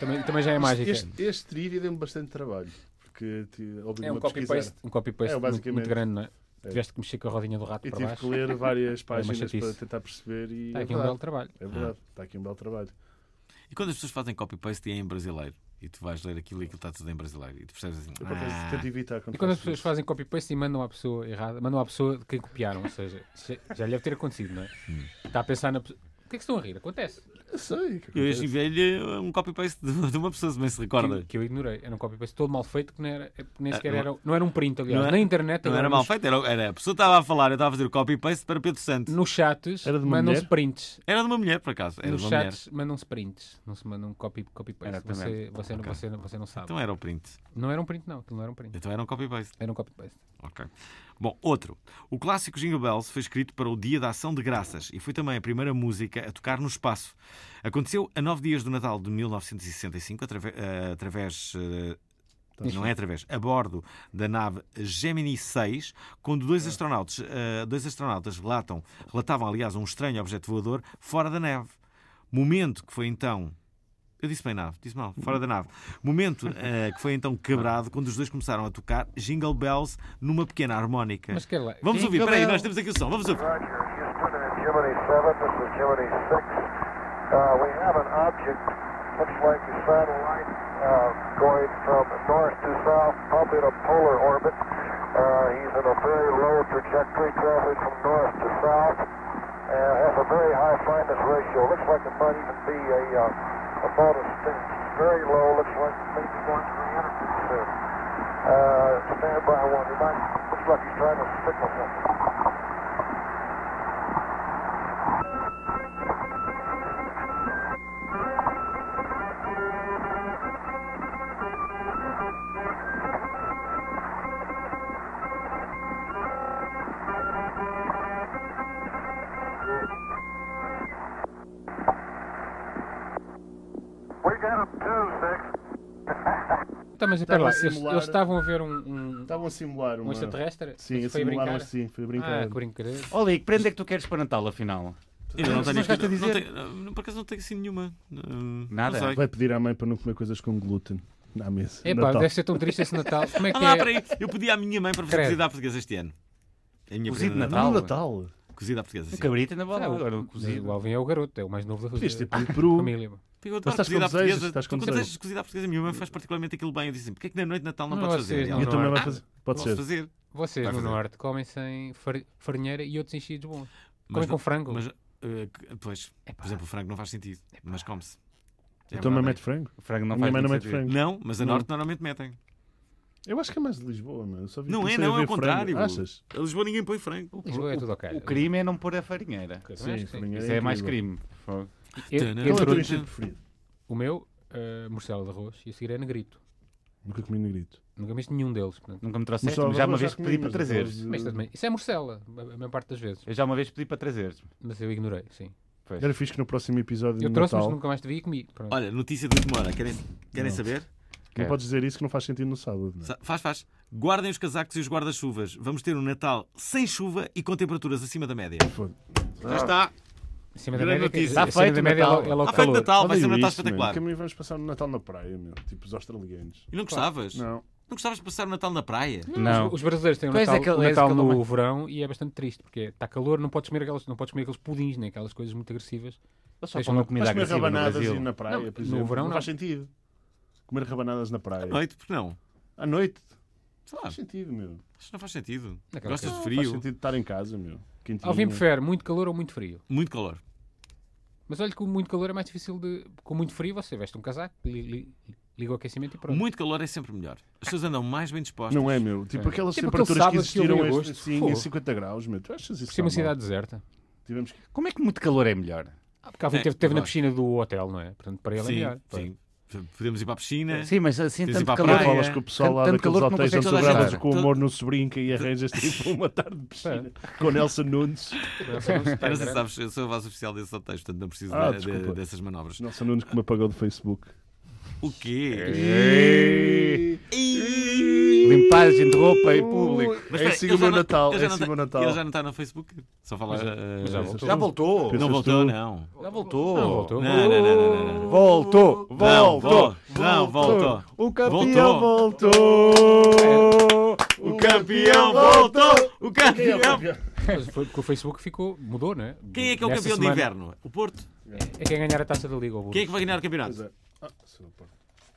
Também, também já é mágica.
Este, este trivia deu-me bastante trabalho. Porque te,
é um
obrigou-me a pesquisar.
copy-paste um copy
É,
paste muito,
basicamente.
muito grande, não é? Tiveste que mexer com a rodinha do rato
E
para
tive
baixo. É *laughs*
que ler várias páginas
chatice.
para tentar perceber e
Está
é
aqui um belo
verdade. tá
trabalho.
É verdade, está aqui um belo trabalho.
E quando as pessoas fazem copy-paste e é em brasileiro, e tu vais ler aquilo e aquilo está tudo em brasileiro, e tu percebes assim.
Eu, por acaso,
"Ah,
tento evitar quando
E quando as
faço
pessoas
isso.
fazem copy-paste e mandam à pessoa errada, mandam à pessoa de quem copiaram, ou seja, já- já lhe deve ter acontecido, não é?
Hum.
Está a pensar na pessoa. O que é que estão a rir? Acontece.
Eu sei. que
eu
acontece.
enviei-lhe um copy-paste de de uma pessoa, se bem se
Que,
recorda.
que eu ignorei. Era um copy-paste todo mal feito, que não era, nem
Ah,
sequer
não-
era. Não era um print, aliás.
não é-
Na internet,
Não
agora
era mal
nos-
feito, era, era- a pessoa estava a falar, eu estava a fazer o copy-paste para Pedro Santos.
Nos chats
Era de uma
mandam-se
mulher?
prints.
Era de uma mulher, por acaso. Era de
Nos
uma mulher.
chats mandam-se prints. Não se mandam copy-
Era
copy-paste. você, você, não-
Ok.
você, não- você não sabe.
Então era o print.
Não era um print, não. Aquilo Não era um print.
Então era um copy-paste.
Era um copy-paste.
Ok. Bom, outro. O clássico Jingle Bells foi escrito para o Dia da Ação de Graças e foi também a primeira música a tocar no espaço. Aconteceu a nove dias do Natal de 1965, atrave- eh, através. eh, não é através, a bordo da nave Gemini 6, quando dois astronautas, eh, dois astronautas relatam, relatavam, aliás, um estranho objeto voador fora da neve. Momento que foi então eu disse bem nave, disse mal, fora da nave. Momento eh, que foi então quebrado quando os dois começaram a tocar Jingle Bells numa pequena harmónica.
Mas quer lá.
Vamos
Jingle
ouvir, peraí,
é
Bell.
nós temos aqui o som, vamos ouvir.
Roger, Houston, it's Jiminy 7, this is Jiminy 6. Uh, we have an object, looks like a satellite, uh, going from north to south, probably in a polar orbit. Uh, he's in a very low trajectory, traveling from north to south, and has a very high fineness ratio. Looks like it might even be a, uh, a bonus thing. Very low, looks like maybe going to energy soon. Uh, stand by one. He might, looks like he's trying to signal something. We got him two, six.
Tá, mas espera
Estavam
lá.
a
Eles,
simular-
eles estavam a ver um, um,
Tá.
Estavam a simular
um
uma...
extraterrestre?
Sim, a
foi
simular,
um
brincar.
mas sim, foi
Ah,
brincar.
que brincadeira.
Olha aí, que prenda é que tu queres para Natal, afinal?
Eu não tenho
Mas estás
aqui- não
a dizer-
tenho- não, por acaso não tenho assim nenhuma. Hum,
Nada?
Não sei.
Vai pedir à mãe para não comer coisas com glúten na mesa.
Epá,
Natal.
deve ser tão triste esse Natal. Como é que
Ah, lá,
é?
peraí, eu pedi à minha mãe para fazer
Credo.
cozida à portuguesa este ano. É A minha
Cozido
prenda-
de
Não,
Natal?
no Natal.
Cozida à portuguesa,
Um
sim.
cabrito ainda vai lá,
Não,
agora o
Mas
cozido.
O Alvin é o garoto, é o mais novo da
Podias ter
tipo,
da
pedido tipo peru.
Ah, família.
Eu adoro
Mas estás
cozida à
com desejos,
portuguesa.
estás com
Tu quando
desejos.
dizes cozida à portuguesa, a minha mãe faz particularmente aquilo bem. Eu disse assim, porquê é que na noite de Natal não,
Não,
podes
vocês
fazer?
não,
E a tua
não
mãe
é.
vai fazer. Pode
Posso
ser.
fazer.
Vocês
Vai
no
fazer.
Norte comem sem far- farinheira e outros enchidos bons. Comem
Mas
com frango.
Mas, eh, que- pois,
Epá.
por exemplo, o frango não faz sentido, mas come-se. É
Eu também
verdade.
meto frango.
O frango não
a minha
faz
mãe não é
muito
mete
sentido.
frango.
Não, mas a
Não.
Norte normalmente metem.
Eu acho que é mais de Lisboa, mano. Eu só vi-
Não é,
comecei a
não, é
ver
o contrário.
frango. Achas?
A Lisboa ninguém põe frango.
Lisboa é tudo ok.
O crime é não pôr a farinheira.
Sim,
Sim,
sim.
para mim
Isso é mais
incrível.
crime. Fogo.
Tana.
Eu-
Qual é o
entre
teu
Outro-
outros,
enchido preferido?
o meu, eh, morcela de arroz e a seguir é negrito.
Nunca comi negrito.
Nunca viste nenhum deles. portanto.
Nunca me trouxeste, mas já uma vez pedi para trazeres.
Hum.
Mas também, isso é morcela, a a maior parte das vezes.
Eu já uma vez pedi para trazeres.
Mas eu ignorei, sim.
Pois.
Era fixe que no próximo episódio
Eu
de
trouxe, mas
Natal...
nunca mais te vi e comi. Pronto.
Olha, notícia de última hora. Querem, querem saber?
Não podes dizer isso que não faz sentido no sábado. não é?
Sa- Faz, faz. Guardem os casacos e os guarda-chuvas. Vamos ter um Natal sem chuva e com temperaturas acima da média.
Foda. Ah.
Já está.
Em cima da
grande
média, que-
notícia.
em cima
Está
da
feito
média é
Natal.
logo- é logo
À frente de
calor.
Natal vai ser um
Odeio
Natal
isso, man.
espetacular.
Que a mim vamos passar o Natal na praia, meu. Tipo os australianos.
E não gostavas? Não.
Não.
gostavas de passar o Natal na praia?
Não.
Os brasileiros têm o
Tu és
Natal,
aquele-
o
és
Natal
aquele
no
homem.
verão e é bastante triste, porque está calor, não podes comer aqueles, não podes comer aqueles pudins, nem aquelas coisas muito agressivas.
Eles só
Mas
põem comida
Mas comer
agressiva no
rabanadas e
Brasil.
na praia,
Não,
por
no
exemplo.
verão
não
não.
faz sentido. Comer rabanadas na praia.
À noite, porque não?
À noite.
Sei lá,
Faz sentido, meu.
isto não faz sentido.
Naquela
Gostas de
coisa.
Faz
frio?
sentido estar em casa, meu. Quentinho.
Alguém prefere muito calor ou muito frio?
Muito calor.
Mas olha que o muito calor é mais difícil de. Com muito frio você veste um casaco, li- li- liga o aquecimento e pronto.
Muito calor é sempre melhor. As pessoas andam mais bem dispostas.
Não é, meu. Tipo aquelas
Tipo aquele
temperaturas
sábado
que
que eu vi em
existiram este,
agosto.
assim,
Fogo.
em 50 graus, meu. Tu achas isso?
Por ser uma
normal?
cidade deserta.
Tivemos que...
Como é que muito calor é melhor?
Ah, porque alguém
É,
teve, teve na
claro.
piscina do hotel, não é? Portanto, para ele é
sim,
melhor.
sim. Podemos ir para a piscina.
Sim, mas assim
Tens
tanto
ido para a
calor.
Tu
praia.
falas com o pessoal
Tanto-
lá
tanto
daqueles
calor que não
hotéis onde tu
consegues toda a
gravas
gente-
com o
toda-
humor no se brinca e arranjas tipo uma tarde de piscina
É.
com Nelson Nunes.
Eu não sei se sabes, eu sou a voz oficial desse hotel, portanto não preciso
Ah,
de- de-
desculpa.
dessas manobras.
Nelson Nunes que me apagou do Facebook.
O quê?
Limpagem de roupa em público.
é
espera,
assim
ele
o meu
já não-
Natal,
ele já
é
não
assim o meu
tá-
Natal.
Ele já não está no Facebook? Só falar. eh,
já voltou.
Já voltou.
Pensas
Não voltou,
tu?
não.
Já voltou.
Não voltou.
Não, não, não, não, não, não.
Voltou.
Não, voltou. Não, voltou.
O
campeão
campeão voltou.
É. O campeão voltou! O campeão!
Mas foi porque o Facebook ficou, mudou, não é?
Quem é que é o
Nessa
campeão de
semana-
inverno? O Porto?
É quem ganhar a taça da Liga, o
Quem é que vai ganhar o campeonato?
Pois é. Ah, sou o Porto.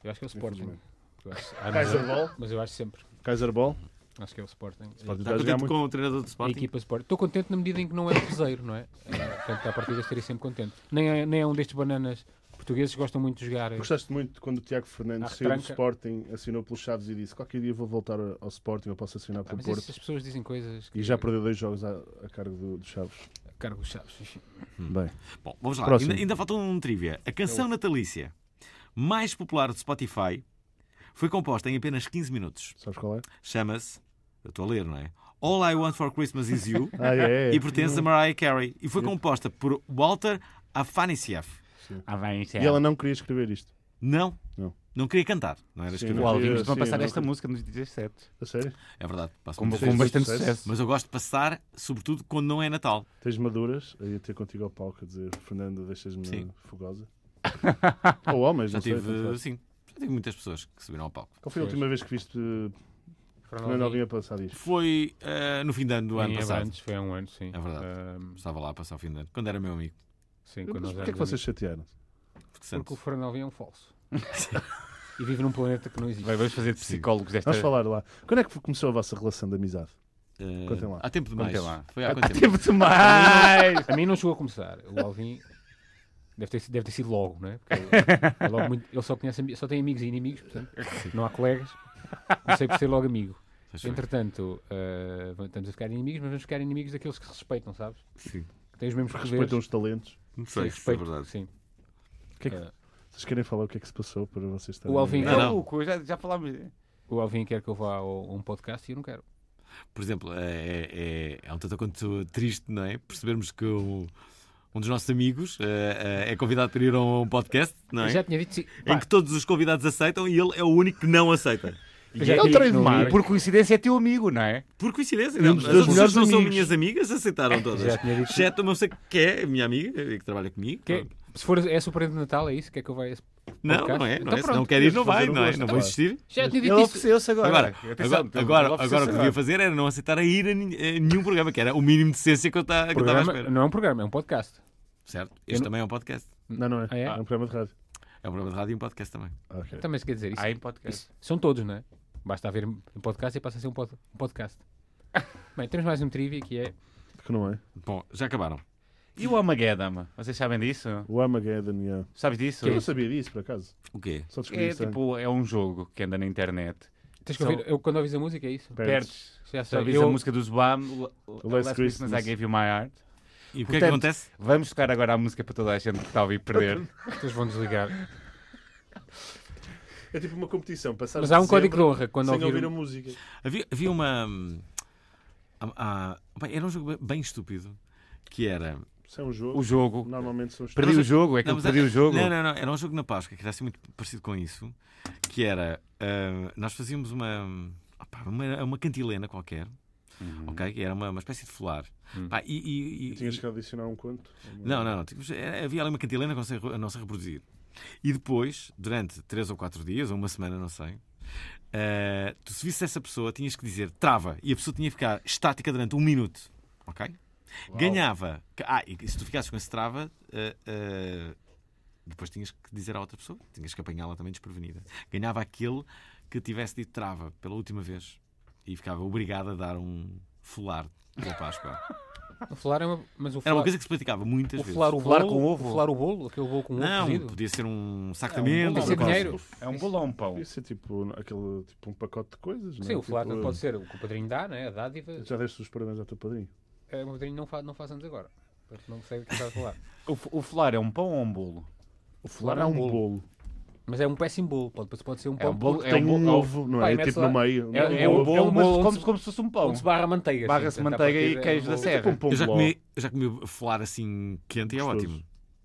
Eu acho que é o Sporting.
Infelizmente.
Eu acho- Ah, mas,
Kaiser
eu,
Ball.
mas eu acho sempre.
Kaiser Ball.
Acho que é o Sporting.
Sporting
Está
está a jogar
contente
muito.
Tá com o treinador do
A
Sporting?
equipa Sporting. Estou contente na medida em que não é o peseiro, não é? Eh, Portanto, à partida estaria sempre contente. Nem é, nem é um destes bananas portugueses que gostam muito de jogar. eh,
Gostaste muito quando o Tiago Fernandes
Ah,
À
saiu do
retranca.
Sporting, assinou pelos Chaves e disse qualquer dia vou voltar a- ao Sporting, eu posso assinar
Ah,
pelo
mas
Porto.
essas pessoas dizem coisas que
E já perdeu dois jogos a, a cargo do, do Chaves.
cargo chaves. enfim.
Bem,
Bom, vamos lá.
Próximo.
Ainda, ainda falta um trivia. A canção natalícia mais popular do Spotify foi composta em apenas 15 minutos.
sabes qual
*laughs*
é?
Chama-se, eu estou a ler, não é? All I Want for Christmas Is You
Ah, é, é.
e pertence a Mariah Carey e foi composta por Walter Afanasieff.
Ah, bem, isso é.
E ela não queria escrever isto.
Não?
Não.
Não queria cantar, não era escrever.
O Alvin costuma
Sim,
passar
não
esta
acredito.
música nos 17.
A sério?
É verdade, passa
Com,
muito
com
tempo.
bastante
sucesso.
sucesso.
Mas eu gosto de passar, sobretudo quando não é Natal.
Tens maduras, aí a ter contigo ao palco a dizer Fernando,
Sim.
deixas-me fogosa. Ou homens,
Já
não sei. tanto
tive,
faz.
sim, já tive muitas pessoas que subiram ao palco.
Qual foi a última vez que viste eh, Fernando Alvim a passar isto?
Foi eh, no fim de ano do ano
Em
passado.
Abrantes, foi há um ano, sim.
É verdade.
Ahm,
Estava lá a passar o fim de ano, quando era meu amigo.
sim, quando
Mas
nós
porquê é que
éramos
vocês chatearam?
Porque
amigos. Porque o
sente-
Fernando Alvim é
*laughs*
um falso. e vive num planeta que não existe.
Vai, vamos fazer de psicólogos esta.
Vamos falar lá. Quando é que começou a vossa relação de amizade?
eh,
Contem lá.
Há tempo demais.
Contem lá.
Foi há
Há
quanto tempo?
tempo demais!
A mim não chegou a começar. O Alvin deve ter, sido- deve ter sido logo, não é? Porque ele, é logo muito- ele só, conhece, ami- só tem amigos e inimigos, portanto, não há colegas. Comecei por ser logo amigo.
Faz favor.
Entretanto, eh, estamos a ficar inimigos, mas vamos ficar inimigos daqueles que se respeitam, sabes?
Sim.
Que têm os mesmos
Respeitam
poderes.
os talentos.
Não
Sim,
sei se é
respeito,
verdade.
Sim.
O que é que-
Eh,
Vocês querem falar o que é que se passou para vocês estarem...
o, Alvin,
Não, não.
Maluco, já, já falámos.
o Alvin quer que eu vá a um podcast e eu não quero.
Por exemplo, é, é, é um tanto quanto triste, não é? Percebermos que o- um dos nossos amigos eh, eh, é convidado para ir a um podcast, não
Eu
é?
já tinha dito sim.
Em que todos os convidados aceitam e ele é o único que não aceita.
já
é
tinha
o
dito
trademark.
no-
Por coincidência é teu amigo, não é?
Por coincidência,
E
não.
um dos
As
teus
outras pessoas
melhores
não são
amigos.
minhas amigas, aceitaram todas.
*laughs* Já tinha dito-
Exceto uma pessoa que é minha amiga e que trabalha comigo.
Que- se for é surpresa de Natal, é isso? Que é que eu vá a esse
Não,
podcast?
não é. Não,
Então
é. Se
pronto,
não quer ir,
tens
não
de fazer
vai,
o
não é?
gosto,
Não vou
claro.
existir.
Já tinha
Ele
dito isso.
ofereceu-se agora.
Agora,
É
Atenção, um
agora,
ele
agora,
ofereceu-se
agora o que devia fazer era não aceitar a ir a nin- a nenhum programa, que era o mínimo de decência que eu ta- que eu estava à
Programa-
espera.
não é um programa, é um podcast.
Certo? Este
não-
também é um podcast.
Não, não é.
Ah, é? Então-
um programa de rádio.
É um programa de rádio e um podcast também.
Ah, ok.
Também se quer dizer isso.
Ah, em podcast.
isso- São todos, não é? Basta haver um podcast e passa a ser um, pod- um podcast. Bem, temos mais um trivia que é.
Que não é.
Bom, já acabaram.
E o Armageddon? Vocês sabem disso?
O Armageddon, yeah.
Sabes disso?
Eu não sabia disso, por acaso.
O quê?
Só descobri
É
isso aí.
tipo, é um jogo que anda na internet.
Tens que
São-
ouvir. Eu, quando ouvis a música, é isso?
Perdes.
Perdes.
Já
Já
sei.
ouvis
Eu,
a música do Zubam, L- Last
Last
Christmas I
Christmas.
Gave You My Heart.
E o que é que
Portanto,
acontece?
Vamos tocar agora a música para toda a gente que está a ouvir *laughs* perder.
Vocês vão desligar.
É tipo uma competição. Passar
Mas há um
dezembro
código de honra quando
Sem
ouvir.
ouvir, a música.
Havia, havia uma. hum, há- há- bem, era um jogo bem- bem estúpido. Que era.
Isso é um jogo.
o jogo.
Normalmente são os
Perdi o jogo, é que
Não,
eu
mas
perdi
era-
o jogo.
Não, não, não. Era um jogo na Páscoa que era assim muito parecido com isso. Que era. ah, nós fazíamos uma. opá, uma, uma cantilena qualquer. Ok? Que era uma, uma espécie de folar. Pá, e- e- e-
Tinhas que adicionar um conto.
Não, não, não. Tínhamos- era- havia ali uma cantilena que não sei, re- não sei reproduzir. E depois, durante três ou quatro dias, ou uma semana, não sei, eh, tu se visse essa pessoa, tinhas que dizer trava. E a pessoa tinha que ficar estática durante um minuto. Ok? Ganhava. Ah, e se tu ficasses com esse trava, eh, eh, depois tinhas que dizer à outra pessoa. Tinhas que apanhá-la também desprevenida. Ganhava aquele que tivesse dito trava pela última vez. E ficava obrigado a dar um folar pela Páscoa.
O falar é uma. Mas
Era
o
uma
falar,
coisa que se praticava muitas
o
vezes.
falar o
Falar
bolo.
com ovo?
O falar o bolo, aquele bolo com ovo
Não,
cozido.
podia ser um saco de
É, um
amêndoas,
bolo.
uma
Sem
coisa assim.
dinheiro.
É um bolo ou um pão?
Isso é tipo um- aquele, tipo um pacote de coisas. não é?
Sim, o falar
Tipo,
pode ser o que o padrinho dá, né? A dádiva.
Já deste os parabéns ao teu padrinho.
É, o meu padrinho não faz, não faz anos agora. Portanto, Não sei o que está a falar.
O, f- o flar é um pão ou um bolo?
O folar é um bolo.
Mas é um péssimo bolo. Pode, pode ser um
É
pão
um bolo-
que
é
Tem um
bolo-
ovo, não
Pá,
é?
e mete
Tipo
lá-
no meio.
É, é,
é
um
um bolo,
bolo, mas
onde se-
como, como se Então, fosse um pão.
onde se barra manteiga.
Barra-se
sim, portanto, à
manteiga e
partida é um
queijo da
bolo-
serra.
Tipo um pão
Eu já
de ló.
comi, eu já comi folar assim quente e é
Gostoso.
ótimo.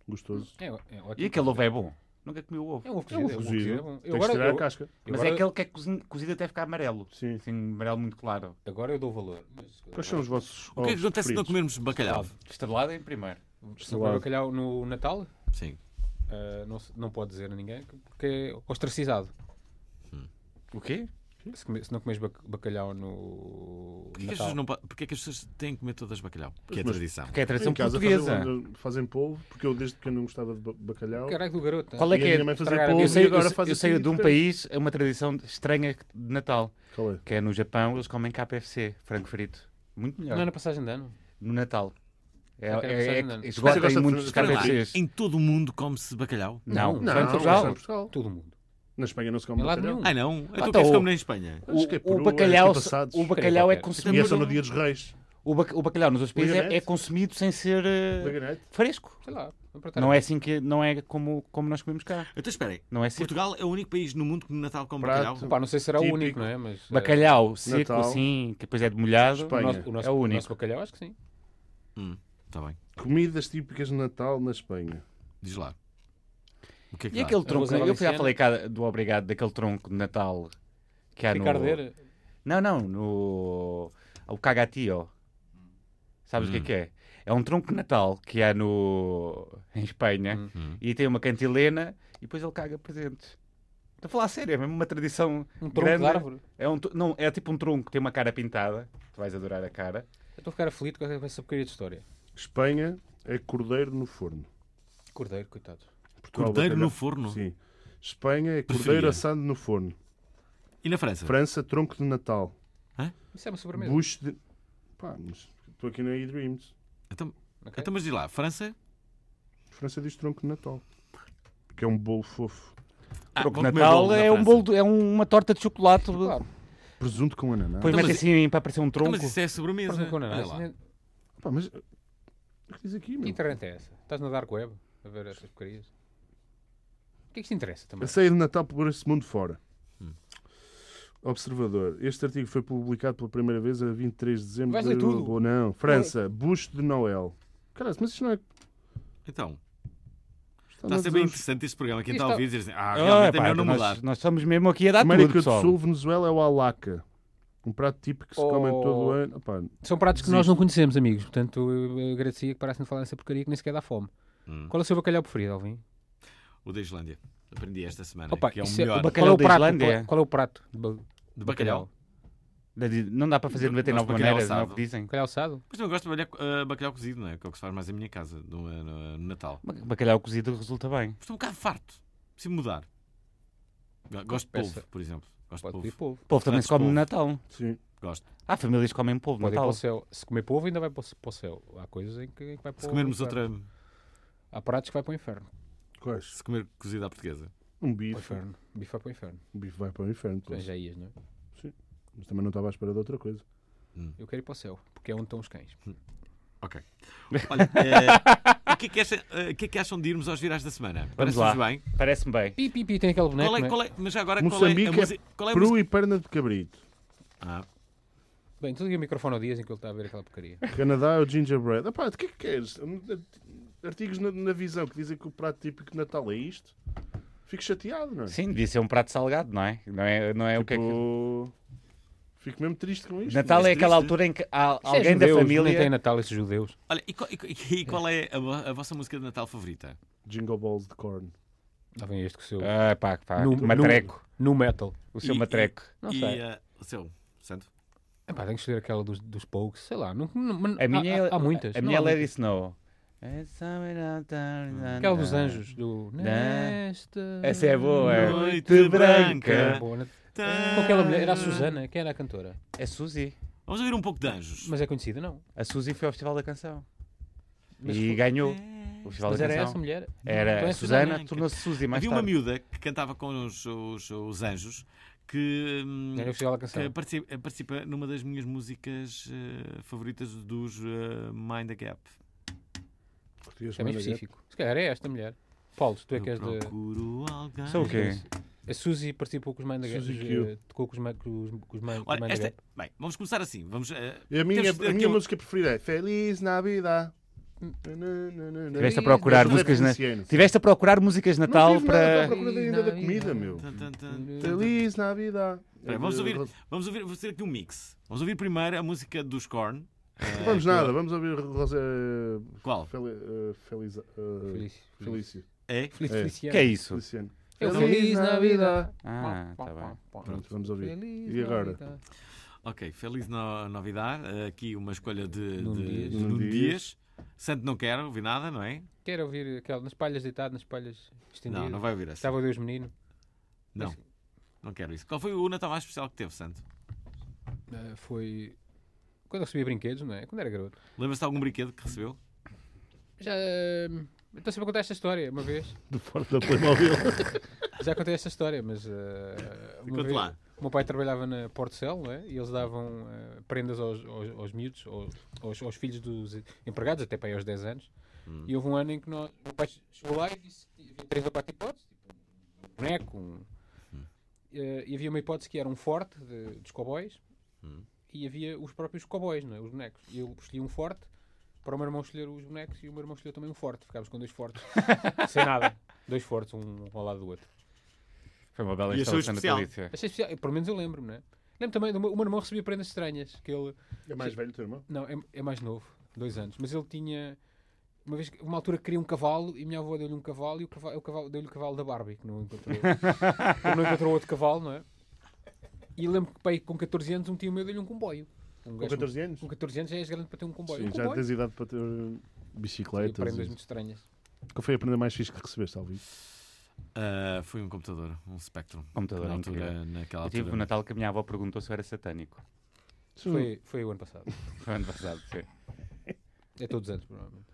Gostoso.
É, é ótimo.
E aquele ovo é bom? Nunca comi o ovo.
É um ovo
É
cozido. É
um
um ovo cozido. é bom.
cozido.
Eu
Tens que
agora,
tirar
eu,
a casca.
eu
Mas
agora,
é aquele que é cozido, cozido até ficar amarelo.
Sim.
Assim, amarelo muito claro.
agora eu dou valor. Mas,
Quais são os vossos
O que é que acontece se não
comer?
comermos bacalhau?
Estrelado em primeiro.
se não comer bacalhau no Natal,
Sim.
ah, não, se- não pode dizer a ninguém que- porque é ostracizado.
O quê?
Se, come- se não comes bac- bacalhau no,
Porquê que, as pessoas não po- porquê que as pessoas têm que comer todas bacalhau? Porque é
Mas-
tradição.
Que é a tradição
Em casa
portuguesa.
fazem, fazem polvo, porque eu desde que eu não gostava de ba- bacalhau.
Caralho do garoto.
Qual é
E
que
a
é?
minha mãe fazia
Tragar a-
polvo
eu
e
sei,
agora
eu-
faz
eu
assim
saio de um
diferente.
país, é uma tradição estranha de Natal,
Qual é?
que é no Japão, eles comem KFC, frango frito. Muito melhor.
Não é na passagem de ano.
No Natal. É,
Ok,
é,
vocês
é,
não.
Você
esgotam
gosta de
muitos
frango
Espera lá,
KFCs.
em todo o mundo come-se bacalhau?
Não,
Não,
só em
não,
Portugal.
só em Portugal.
Todo mundo.
Na Espanha não se come
Em lado
bacalhau.
é
Ah,
nenhum.
não? Então
Ah,
o que
tá,
é que se
o-
come na Espanha?
Acho que é
O,
Peru,
o bacalhau,
acho que é passados.
o bacalhau
Qualquer.
é
E é
consumido.
só no dia dos reis.
O, bac- o bacalhau nos outros países é, é
Liganete.
consumido sem ser eh,
Liganete.
fresco.
Sei lá. vou perguntar.
Não é assim que não é como, como nós comemos cá.
Então esperem,
Não é assim.
Portugal é o único país no mundo que no Natal come
Prato.
bacalhau?
Pá, não sei se será o
Típico.
único, não é? Mas. eh,
Bacalhau seco
Natal.
assim, que depois é demolhado.
O
Espanha.
nosso, o nosso,
É o único.
nosso bacalhau, acho que sim.
Está Tá bem,
Comidas típicas de Natal na Espanha.
diz lá. O que é que
E
dá?
aquele tronco,
Arroz à
eu já
valenciana.
falei cá do obrigado daquele tronco de Natal que há no.
Fica a arder.
Não, não, no. O cagatio. Sabes o
Hum.
que é que é? É um tronco de Natal que há no. em Espanha
Hum.
Hum.
e tem uma cantilena e depois ele caga presente. Estou a falar a sério, é mesmo uma tradição.
Um tronco
grande.
de árvore.
É, um, tro- não, é tipo um tronco que tem uma cara pintada. Tu vais adorar a cara.
Eu estou a ficar aflito com essa porcaria de história.
Espanha é cordeiro no forno.
Cordeiro, coitado.
Portugal,
Cordeiro no
bacalhau.
forno?
Sim. Espanha é cordeiro
Preferia.
assado no forno.
E na França?
França, tronco de Natal.
Isso é uma sobremesa.
Bush de. Pá, mas estou aqui na E-Dreams.
Então,
Ok.
então, mas diz lá, França?
França diz tronco de Natal. Que é um bolo fofo.
Ah,
tronco de
vão comer
Natal
bolo na
é, um
França.
bolo, de- é um- uma torta de chocolate.
Presunto com ananás.
Depois
Então,
mete
mas-
assim para aparecer um
Então,
tronco.
Mas isso é sobremesa.
Porco com ananás.
Olha lá.
Pá, mas. uh, O que diz aqui,
Que
meu?
internet é essa? Estás na Dark Web a ver essas porcarias? O que é que te interessa
A
também?
ceia de Natal por esse mundo fora. Observador. Este artigo foi publicado pela primeira vez a 23 de dezembro
Vais
de...
ler tudo?
Ou não. França, busto de Noel. Caralho, mas isto não é.
Então,
Está
está a
a
ser
dizer
bem
uns-
interessante este programa. Quem
Isto
está a
está-
ouvir diz assim, ah,
Ah,
realmente é
pá,
melhor não mudar.
nós, nós estamos mesmo aqui a dar
América
tudo,
do
pessoal.
Sul, Venezuela é o alaca. Um prato típico que se come
Oh.
todo o ano. Opá,
São pratos que
Existe.
nós não conhecemos, amigos. Portanto, eu eu agradecia que parassem de falar nessa porcaria que nem sequer dá fome.
Hum.
Qual é o seu bacalhau preferido, Alvin?
O da Islândia. Aprendi esta semana,
Opa,
que é o
isso é-
melhor.
Qual
o
é
bacalhau
o
da
prato?
Islândia.
Qual é- Qual é o prato? de ba-
De bacalhau.
Não dá para fazer
Nós
99
bacalhau
maneiras, não é o
assado.
que dizem.
Bacalhau assado?
Mas não, eu gosto de bacalhau, ah, bacalhau cozido, não é? Que é o que se faz mais em minha casa, no, eh, no- no Natal.
Ba- Bacalhau cozido resulta bem.
Estou um bocado farto. Preciso mudar. Gosto de polvo, por exemplo. Gosto de
Pode pedir
polvo.
polvo.
Polvo também
Antes
se come no
polvo.
Natal.
sim.
Gosto.
Há famílias que comem
um
polvo no
Pode ir para
Natal.
o céu. Se comer polvo, ainda vai para o c- para o céu. Há coisas em que em que vai para
Se
o
comermos
inferno.
outra...
Há pratos que vai para o inferno.
Quais?
Se comer cozida à portuguesa.
Um
Para o
bife.
inferno. Bife vai para o inferno.
O bife vai para o inferno.
Tu
pois.
já ias, não é?
Hum.
Mas também não estava à espera de outra coisa.
Eu quero ir para o céu, porque é onde estão os cães.
Hum. Ok. Olha, eh, o, que é que acha- eh, o que é que acham de irmos aos virais da semana? Parece-vos
lá.
bem?
Parece-me bem.
Pi, pi, pi, tem aquele boneco,
Qual é,
não é?
qual é, mas já agora,
Moçambique
qual é a
é
música? Ah. Qual é a
Peru e perna de cabrito.
música?
Bem, tu liga o microfone ao Dias em que ele está a ver aquela porcaria.
Canadá é o gingerbread. Epá, de que é que queres? Artigos na, na visão que dizem que o prato típico de Natal é isto. Fico chateado, não é?
Sim, devia ser um prato salgado, não é? Não é, não é o que é que...
Tipo, Fico mesmo triste com isto.
Natal é
triste.
aquela altura em que há
Isso é
alguém da
judeus, Nem tem
família.
Natal esses judeus.
Olha, e qual, e qual- e qual é a, vo- a vossa música de Natal favorita?
Jingle balls de corn.
Lá vem este com o seu...
Ah, pá, pá,
No-
que matreco.
No metal.
O seu
E-
matreco.
Não
e
sei.
eh, o seu, Santo?
Epá, tenho que escolher aquela dos, dos Pokes, sei lá. Não, não- mas
A minha
há,
é-
há, há muitas.
A
não
minha é
há
Lady
muitas.
Snow. It's summer out there, na-
Aquela dos
na-
anjos, do...
Não.
Nesta...
Essa é boa, é.
Noite
É
branca.
boa, não é?
Tá.
Com aquela mulher, era a Susana, quem era a cantora?
É Suzy.
Vamos ouvir um pouco de anjos.
Mas é conhecida, não.
A Suzy foi ao Festival da Canção.
Mas
e
foi-
ganhou o Festival
Mas
da
era essa
Canção.
mulher?
Era
Então é
Susana,
Branca.
tornou-se Suzy mais
Havia uma
tarde.
miúda que cantava com os, os- os anjos que, hum,
Ganhou o Festival da
que
Canção. É
participa, eh, participa numa das minhas músicas eh, favoritas dos eh, Mind the Gap.
Português
É bem
Madagascar.
específico. Se calhar é esta mulher. Paulo, se tu é que
Eu
és de...
procuro alguém.
Sou o quê?
A Suzy participou com os Mind the
Suzy
Gap.
Q.
eh, Tocou com os, Ma- com os, com os Ma- com os
Olha,
Mind the
esta- é-
Gap.
Bem, vamos começar assim. Vamos, eh,
E a minha,
Temos de-
a minha
aquele-
música preferida é Feliz Navidad.
Tiveste a procurar músicas na... Tiveste a procurar músicas de Natal
Para...
para.
procura ainda da comida, meu.
tan, tan, tan.
Feliz Navidad.
Espera, vamos ouvir, vamos ouvir, vou fazer aqui um mix. Vamos ouvir primeiro a música dos Korn. Eh,
Vamos
que-
nada, vamos ouvir Rosé
Qual?
Fel- eh, Feliz, eh,
Feliz.
Felício.
É?
Feliz
É.
Feliciano.
que é isso?
Feliciano.
Eu
Feliz
feliz na vida.
Ah, tá bem.
Pronto, vamos ouvir. E agora?
Ok, feliz no, novidade. Eh, Aqui uma escolha de, de,
Nuno Dias.
de Nuno
Nuno
Dias. Santo não quer ouvir nada, não é?
Quero ouvir aquela nas palhas deitado, nas palhas estendidas.
Não, não vai ouvir essa.
Estava Deus menino.
Não, não quero isso. Qual foi o Natal mais especial que teve, Santo?
Ah, foi quando eu recebia brinquedos, não é? Quando era garoto.
Lembra-se de algum brinquedo que recebeu?
Já. ah, eu Estou sempre a contar esta história, uma vez.
*laughs* Do fora da Playmobil.
*laughs* Já contei esta história, mas. ah, uma
Conte
vez-
lá.
O meu pai trabalhava na Portocel não é? e eles davam eh, prendas aos, aos, aos miúdos, aos, aos, aos filhos dos empregados, até para aí aos 10 anos.
Hum.
E houve um ano em que nós, o meu pai chegou lá e disse que havia 3 ou 4 hipóteses, tipo, um boneco. um-
Hum.
Eh, e havia uma hipótese que era um forte de- dos cowboys
Hum.
e havia os próprios cowboys, não é? os bonecos. E eu escolhi um forte para o meu irmão escolher os bonecos e o meu irmão escolheu também um forte. Ficámos com dois fortes, *laughs* sem nada. Dois fortes, um ao lado do outro.
Foi uma bela
E achou
instalação
especial?
natalícia.
Achei especial, eu, pelo menos eu lembro-me, não é? Lembro também, do meu- o meu irmão recebia prendas estranhas, que ele...
É mais velho, teu irmão?
Não, é, é mais novo, dois anos, mas ele tinha... Uma vez, que- uma altura queria um cavalo e minha avó deu-lhe um cavalo e o cavalo, o cavalo deu-lhe o cavalo da Barbie, que não *laughs* encontrou, que não encontrou outro cavalo, não é? E lembro que pai, com 14 anos um tio meu deu-lhe um comboio. Um
Com
gajo
14 anos?
com 14 anos já és grande para ter um comboio.
Sim,
um
já
comboio.
tens idade para ter
E
bicicletas.
prendas muito
e-
estranhas.
Qual foi a prenda mais fixe que recebeste, Alvito?
Ah, foi um computador, um Spectrum.
Computador,
Na altura,
incrível.
naquela
Eu
altura.
um
tive o Natal que a minha avó perguntou se eu era satânico. *laughs*
Foi, foi o ano passado.
Foi ano passado, sim.
É todos os anos, provavelmente.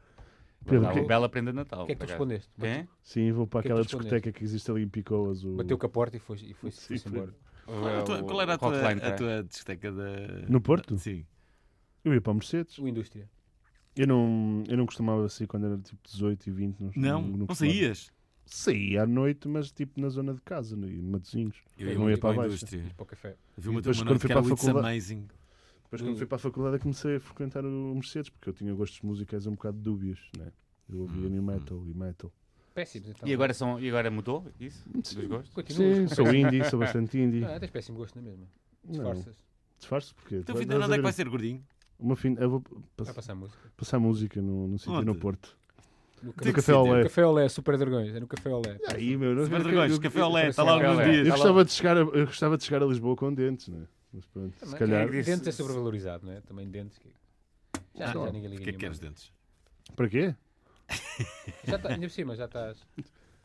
Pedro,
Dá
o que-
uma bela prenda de Natal.
O que é que tu
por acaso.
respondeste?
Quem?
Sim, vou para
que é que
aquela
tu respondeste?
discoteca que existe ali em Picoas. O...
Bateu com a porta e foi- e foi-se
Sim,
foi-se
foi.
embora.
Qual, era a tua, qual era a tua,
Hotline,
a
tá?
tua discoteca da...
No Porto?
Sim.
Eu ia para a Mercedes.
O Indústria.
Eu não, eu não costumava sair quando era tipo 18 e 20.
Não,
não
não,
costumava.
saías.
Saía à noite, mas tipo na zona de casa, no- em Matozinhos.
Eu,
não
ia para
ia para
a
a Baixa.
indústria.
para Tipo, o café.
Havia uma
depois,
turma
quando
noite que
fui
era
para a
It's
faculdade-
Amazing. Então,
Depois,
Hum.
quando fui para a faculdade, é que comecei a frequentar o Mercedes, porque eu tinha gostos musicais um bocado dúbios, né? Eu ouvia
Hum,
new metal e metal.
Péssimos, então.
E agora, são, e agora mudou isso? Dos gostos?
Continuas. *laughs*
Sim, sou indie, sou bastante indie.
Ah, tens péssimo gosto, não é mesmo?
Não,
Disfarças.
disfarço porque.
Então, fim de ano, onde é que vai ser gordinho?
Uma fim, eu vou
Vai
passar,
passar música.
passar música no, no sítio
Onde?
no Porto.
No
No
Tem que
café,
Café
ser,
ao
tem
no
Lé.
café Olé, Super Dragões. É no Café Olé.
Aí, meu, não-
Super
eu-
Dragões,
eu-
Café Olé,
eu-
está Tá lá
Café
alguns
Olé.
dias.
Eu gostava, de chegar a, eu gostava de chegar a Lisboa com dentes, né? Mas pronto, se calhar.
Quem é que disse-
Dentes é sobrevalorizado, não é? Também dentes. Que... Já,
Ah,
já ninguém liga
é
Porquê que
nenhuma.
queres dentes? É.
Para quê?
Já tá, ainda por cima, já estás...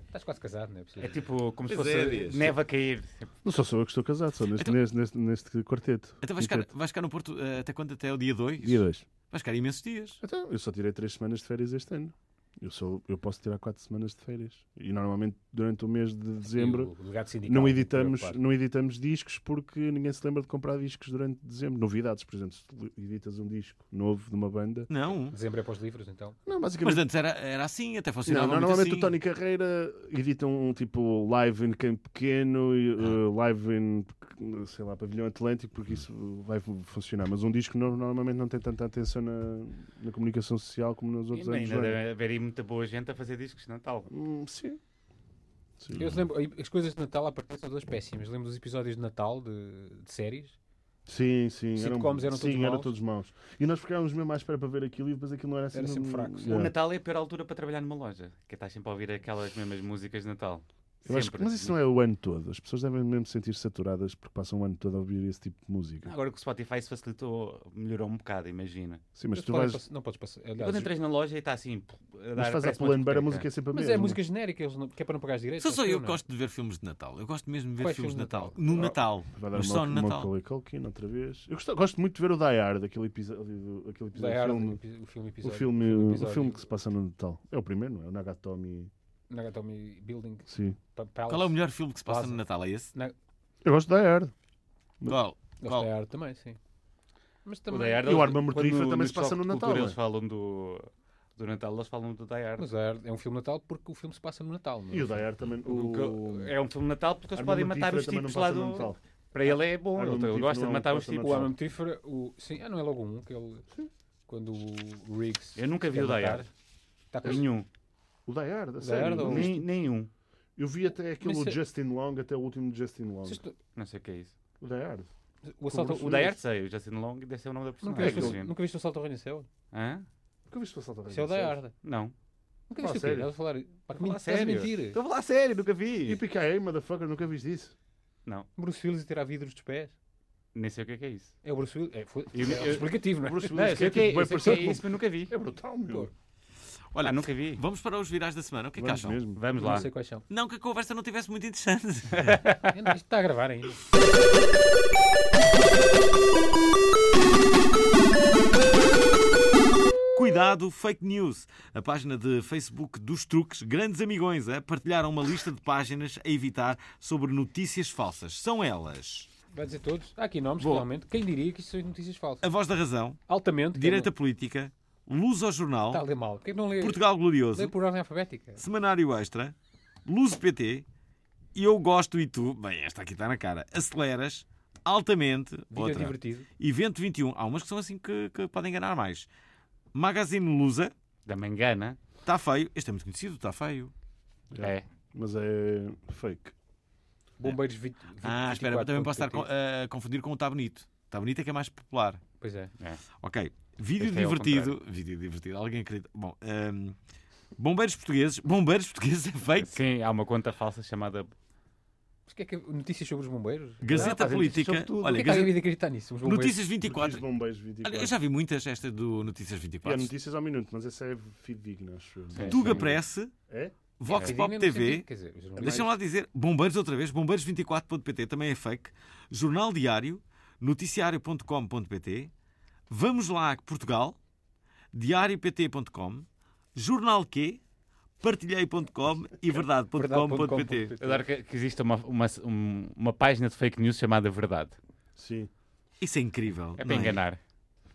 Estás quase casado, não é?
É
preciso?
tipo como se
Pois
fosse
é, diz.
neve a cair.
Não só sou eu que estou casado, só neste, neste, neste, neste quarteto.
Então vais ficar,
Quinteto.
vais ficar no Porto eh, até quando? Até o dia 2?
Dia 2.
Vais ficar imensos dias.
Então, eu só tirei 3 semanas de férias este ano. Eu, sou, eu posso tirar 4 semanas de férias. E normalmente durante o mês de dezembro
E o legado sindical, é?
não
me
editamos,
preocupar.
não editamos discos porque ninguém se lembra de comprar discos durante dezembro. Novidades, por exemplo, se tu editas um disco novo de uma banda.
Não.
Dezembro é para os livros, então.
Não,
Mas
basicamente.
antes era, era assim, até
não,
funcionava muito
normalmente
assim.
o Tony Carreira edita um tipo live em campo pequeno,
Ah.
e, uh, live em, sei lá, pavilhão atlântico, porque isso vai fu- funcionar. Mas um disco novo normalmente não tem tanta atenção na, na comunicação social como nos outros anos.
Ainda
não é?
deve haver aí muita boa gente a fazer discos de Natal.
Hum, sim. Sim.
Eu lembro, as coisas de Natal, à partida, são todas péssimas. Lembro dos episódios de Natal, de, de séries.
Sim, sim.
Sitcoms eram
sim,
todos
eram
maus?
todos maus. E nós ficávamos mesmo à espera para ver aquilo e depois aquilo não era assim.
Era
não-
sempre fraco, sim.
Yeah.
O Natal é a pior altura para trabalhar numa loja, que estás sempre a ouvir aquelas mesmas músicas de Natal.
Eu acho que-
Sempre.
mas isso não é o ano todo. As pessoas devem mesmo sentir saturadas porque passam o ano todo a ouvir esse tipo de música.
Agora que o Spotify se facilitou, melhou um bocado, imagina.
Sim, mas
Eles
tu
podem
vais.
pass- Não podes passar.
E quando
Aliás,
entras na loja e está assim.
Mas faz a Pull&Bear, a música é sempre a
Mas
mesma.
é música genérica, eles não- que é para não pagar os direitos.
Sou só eu que
não é?
gosto de ver filmes de Natal. Eu gosto mesmo de ver
Quais
filmes de
filmes de
Natal.
Natal?
No Natal.
Ah, Vai dar
Mas
uma,
só no Natal.
Macaulay Culkin outra vez. Eu gosto, gosto muito de ver o Die Hard, aquele episódio, aquele
Die
episódio
Hard,
filme,
o epi- o filme
o
episódio.
filme,
o
o
episódio-
filme que se passa no Natal. É o primeiro, não é? O Nagatomi.
Nagatomi Building
Sim.
Pa- Palace.
Qual é o melhor filme que se passa
Plaza.
no Natal? É esse?
Eu gosto de Die Hard.
Qual?
Gosto é.
Qual?
da arte também, sim. Mas também...
E o Arma Mortífera também se passa no Natal,
Eles
é?
falam do, do Natal, eles falam do Die Hard.
Mas a arte é um filme de Natal porque o filme se passa no Natal, não é?
E o Die Hard também.
O que-
O...
É um filme de Natal porque eles
Arma
podem matar
Mortífera
os
também não
tipos lá
passa no
do.
Natal.
Para ele é bom,
Arma
ele
Mortífera
gosta
não
de matar os
passa no
tipos.
O Arma Mortífera, o... Sim, ah, não é logo um, que ele... Quando o Riggs...
Eu nunca vi
quer
o Die
matar,
Hard.
Está com...
Nenhum.
O Die Hard, a
Die
sério.
Hard ou-
não viste?
Nem- nenhum.
Eu vi até aquele
Mas se-
Justin Long, até o último Justin Long.
Vocês estão-
Não sei o que é isso.
O Die Hard.
O assalto...
Bruce
Então, O
O...
Die
Willis.
Hard sei, o Justin Long deve ser o nome da
Nunca,
Ah,
viste,
personagem.
o- nunca viste o Salto ao Reino do Céu?
Hã?
Nunca viste o Assalto à
Isso é o Die Hard.
Não.
Nunca
Fala Então
viste o quê?
sério.
Estás a falar... Pá, que
falar
men- Estás a
sério.
mentir.
Estou a falar sério, nunca vi.
E PKA, motherfucker, nunca viste isso.
Bruce Willis a tirar vidros dos pés.
Nem sei o que é que é isso.
É o Bruce Willis. É, foi,
Eu-
é
eu-
explicativo, não é?
Bruce
Não, eu
Willis,
sei o que é,
tipo, bem
eu sei o que é
parecido.
isso, mas nunca vi.
É brutal, meu.
Olha,
Ah, nunca vi.
Vamos para os virais da semana. O que é que
Vamos
acham?
mesmo.
Vamos
Não
lá.
sei quais são.
Não que a conversa não tivesse muito interessante. *laughs*
Ainda- Isto está a gravar ainda.
Cuidado, fake news. A página de Facebook dos truques, grandes amigões, eh, partilharam uma lista de páginas a evitar sobre notícias falsas. São elas:
Vai dizer todos. Há aqui nomes,
Boa.
realmente. Quem diria que isto são notícias falsas?
A Voz da Razão,
Altamente.
Direita
que
Política, Luz ao Jornal,
é- Está a ler mal. Porquê que não lê?
Portugal
Lê
Glorioso,
por ordem alfabética.
Semanário Extra, Luz PT, Eu Gosto e Tu. Bem, esta aqui está na cara. Aceleras, Altamente,
Vida
outra.
divertido.
Evento 21. Há umas que são assim que, que podem enganar mais. Magazine Lusa,
Da Mangana.
está feio. Este é muito conhecido, está feio.
É.
Mas é fake.
Bombeiros 20.
Ah, espera, também posso estar
24.pt.
co- a confundir com o Tá Bonito. Tá Bonito é que é mais popular.
Pois é.
Ok. Vídeo
Este é ao
divertido. Vídeo divertido. Alguém acredita. Bom, hum, bombeiros portugueses. Bombeiros *laughs* portugueses é fake.
Sim, há uma conta falsa chamada.
Mas o que é que notícias sobre os bombeiros?
Gazeta
fazem notícias
Política.
sobre tudo.
Olha,
Olha,
que é que
Gazeta-
alguém de acreditar nisso? Os bombeiros.
Notícias
Notícias
24.
bombeiros
Olha,
24.
eu já vi muitas, esta do Notícias
E há
24.
notícias ao minuto, mas essa é fidedigna, acho eu.
Sim.
Tuga Press,
É?
Vox
Fidedigna
Pop
no
TV.
sentido- Quer dizer, os jornais-
Deixa-me lá dizer, bombeiros outra vez, bombeiros24.pt também é fake, Jornal Diário, noticiário.com.pt, Vamos lá Portugal, diariopt.com, Jornal Q, partilhei.com e verdade.com.pt.
Adoro que, que existe uma, uma, um- uma página de fake news chamada Verdade.
Sim.
Isso é incrível.
É
não
para enganar.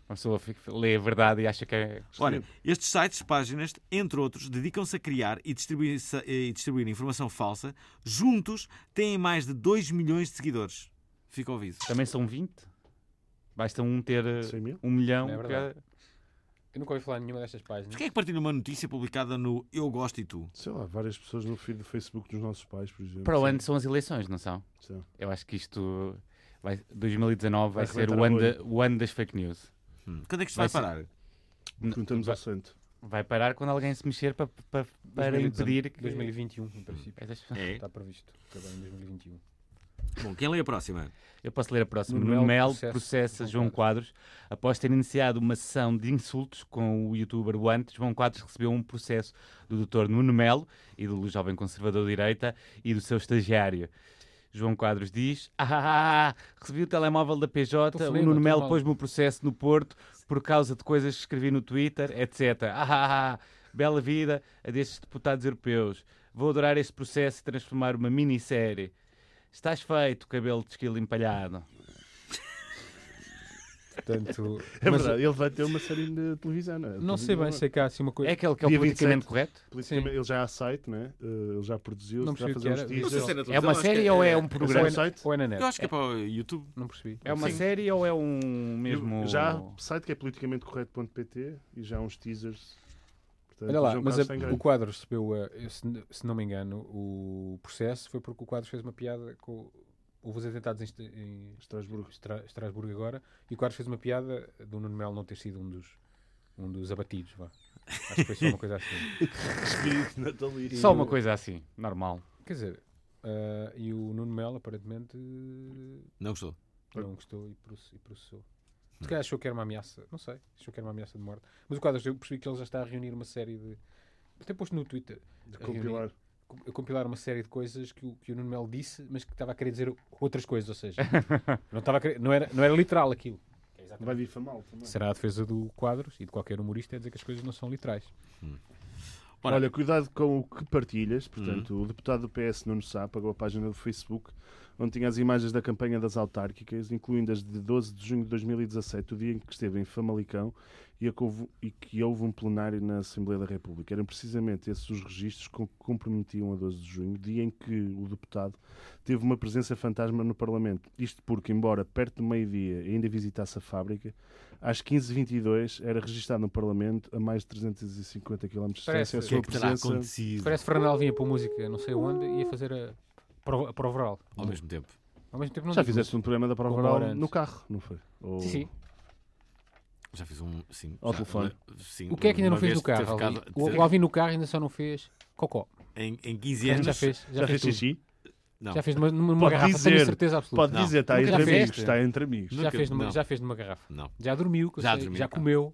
Uma pessoa fica- lê a verdade e acha que é.
Olha, estes sites, páginas, entre outros, dedicam-se a criar e distribuir, e distribuir informação falsa. Juntos têm mais de 2 milhões de seguidores. Fica ouvido.
Também são 20? Basta um ter eh,
100 mil?
um milhão.
É verdade. Eu nunca ouvi falar em nenhuma destas páginas.
Mas quem é que partilha uma notícia publicada no Eu Gosto e Tu?
Sei lá, várias pessoas no feed do Facebook dos nossos pais, por exemplo.
Para o ano são as eleições, não são?
Sim.
Eu acho que isto. Vai, 2019 vai,
Vai
ser o
arrebentar
ano,
a bolha.
da- o ano das fake news.
Hum. Quando é que isto vai,
Vai
parar?
Perguntamos ao santo.
Vai parar quando alguém se mexer para, para, para
2019.
impedir que.
2021, em princípio.
Essas-
É.
Está previsto. Acabar em 2021.
Bom, quem lê a próxima?
Eu posso ler a próxima.
Nuno
Nuno
Melo
Melo
processa
processa, João Quadros. Após ter iniciado uma sessão de insultos com o youtuber Wante, João Quadros recebeu um processo do Dr. Nuno Melo e do jovem conservador de direita e do seu estagiário. João Quadros diz: ah, ah, ah, recebi o telemóvel da PJ,
Então
o
Telefonema,
Nuno Melo
telefonema.
pôs-me o processo no Porto por causa de coisas que escrevi no Twitter, etc. Ah, ah, ah, bela vida a destes deputados europeus. Vou adorar este processo e transformar uma minissérie. Estás feito, cabelo de esquilo empalhado.
Portanto,
É verdade, ele vai ter uma série de televisão, não é?
não sei bem, sei que há assim uma coisa.
É aquele que é o
Dia
politicamente
27.
correto?
Politicamente, Ele já há site, né? Uh, ele já produziu,
Não
já
percebi o que
fazia
era.
uns teasers.
Mas a
É uma série ou é um
Mas é um
programa?
site?
Ou é na net?
Eu acho que é para o YouTube.
Não percebi.
É uma série ou é um mesmo.
Já há site que é politicamente correto.pt e já há uns teasers. Portanto,
Olha lá,
João
mas
Carlos
a-
tem
o
um grande.
quadro recebeu, eh, eu, se, n- se não me engano, o processo foi porque o quadro fez uma piada com. Houve os atentados em, Est- em
Estrasburgo.
Estra- Estrasburgo agora e o quadro fez uma piada do Nuno Melo não ter sido um dos, um dos abatidos. Vá. Acho que foi só uma coisa
*laughs*
assim.
Espírito natalício.
Só uma coisa assim, normal.
Quer dizer, eh, e o Nuno Melo aparentemente eh,
Não gostou.
não gostou e proce- e processou. Se calhar achou que era uma ameaça, não sei, achou que era uma ameaça de morte. Mas o quadro, eu percebi que ele já está a reunir uma série de. Até posto no Twitter.
De
a reunir-
compilar.
com- a compilar uma série de coisas que o, que o Nuno Melo disse, mas que estava a querer dizer outras coisas, ou *laughs* seja, não, estava a querer- não, era, não era literal aquilo.
Vai difamá-lo também.
Será a defesa do Quadros e de qualquer humorista é dizer que as coisas não são literais.
Ora.
Olha, cuidado com o que partilhas. Portanto, o deputado do PS, Nuno Sá, pagou a página do Facebook, onde tinha as imagens da campanha das autárquicas, incluindo as de 12 de junho de 2017, o dia em que esteve em Famalicão e, a que houve, e que houve um plenário na Assembleia da República. Eram precisamente esses os registros com que comprometiam a 12 de junho, dia em que o deputado teve uma presença fantasma no Parlamento. Isto porque, embora perto do meio-dia ainda visitasse a fábrica, às 15h22 era registado no Parlamento a mais de 350 km de
Parece- O
distância a
O que
sua
é que terá
presença.
acontecido
Parece que Fernal vinha para a música, não sei onde, e ia fazer a pro- a prova oral.
ao mesmo tempo?
Ao mesmo tempo não
Já
digo.
fizeste um programa da prova
Uma hora
oral
antes.
no carro, não foi? Ou-
Sim, sim.
Já fiz um. Sim.
Ao
já-
telefone.
Sim,
O que é que ainda não
uma
fez
vez
no carro?
ter
Alvin?
ficado-
O, o Alvin no carro ainda só não fez cocó.
Em, em 15
Já
anos.
fez, já fez
Já fez
tudo.
xixi?
Não.
Já fez numa, numa
Pode
garrafa, tenho
dizer.
certeza absoluta.
Pode
Não.
dizer, está
Nunca
entre
fizeste?
amigos, está entre amigos.
Já,
Nunca-
fez numa,
não.
já fez numa garrafa.
Não.
Já dormiu, que eu
Já
sei,
dormiu,
já
claro.
comeu,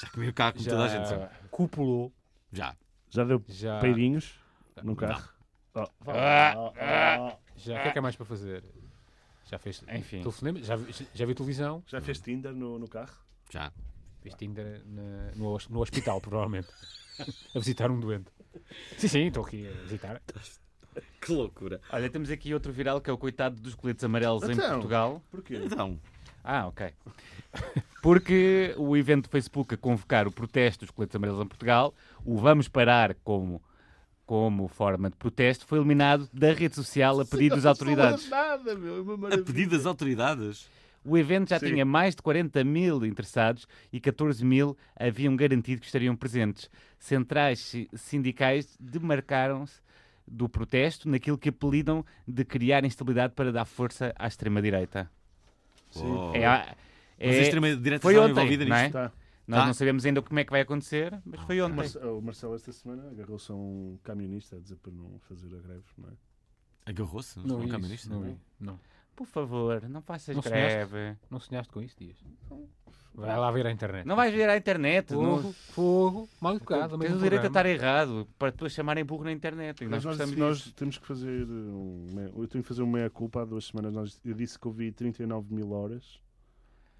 Já comi o carro, como toda a gente sabe.
já copulou,
Já.
Já deu
já...
peirinhos no carro. Oh,
já o que é que é mais para fazer? Já fez
Enfim.
telefonema, já, vi- já viu televisão,
Já fez Tinder no, no carro?
Já.
Fez Tinder na- no, hos- no hospital, *laughs* provavelmente. a visitar um doente. Sim, sim, estou aqui a visitar.
Que loucura.
Olha, temos aqui outro viral que é o coitado dos coletes amarelos em
Então.
Portugal.
Porquê?
Então,
Ah, ok. Porque o evento do Facebook a convocar o protesto dos coletes amarelos em Portugal, o Vamos Parar como, como forma de protesto, foi eliminado da rede social a pedido das autoridades.
Nada, meu, é uma
a
maravilha.
pedido das autoridades.
O evento já
Sim.
tinha mais de 40 mil interessados e 14 mil haviam garantido que estariam presentes. Centrais si- sindicais demarcaram-se do protesto naquilo que apelidam de criar instabilidade para dar força à extrema-direita.
Oh.
É a-
Mas
é-
a extrema-direita
foi
estava
ontem,
envolvida
não é?
nisto.
Tá.
Nós
Tá.
não sabemos ainda como é que vai acontecer, mas foi
O
ontem.
Marce- O Marcelo esta semana agarrou-se a um camionista a dizer para não fazer a greve, não é?
Agarrou-se?
Não,
Não,
vi
um
isso,
caminista?
não, é? vi. não.
Por favor, não faças
Não sonhaste?
greve.
Não sonhaste com isso, Dias? Vai lá ver a internet.
Não vais ver à internet.
Fogo,
não...
fogo, mal educado.
Tens o direito a estar errado para te chamarem burro na internet. E
Mas
nós
nós,
gostamos
nós
disso.
temos que fazer um. me- Eu tenho que fazer uma culpa há duas semanas. Nós, eu disse que ouvi 39 mil horas.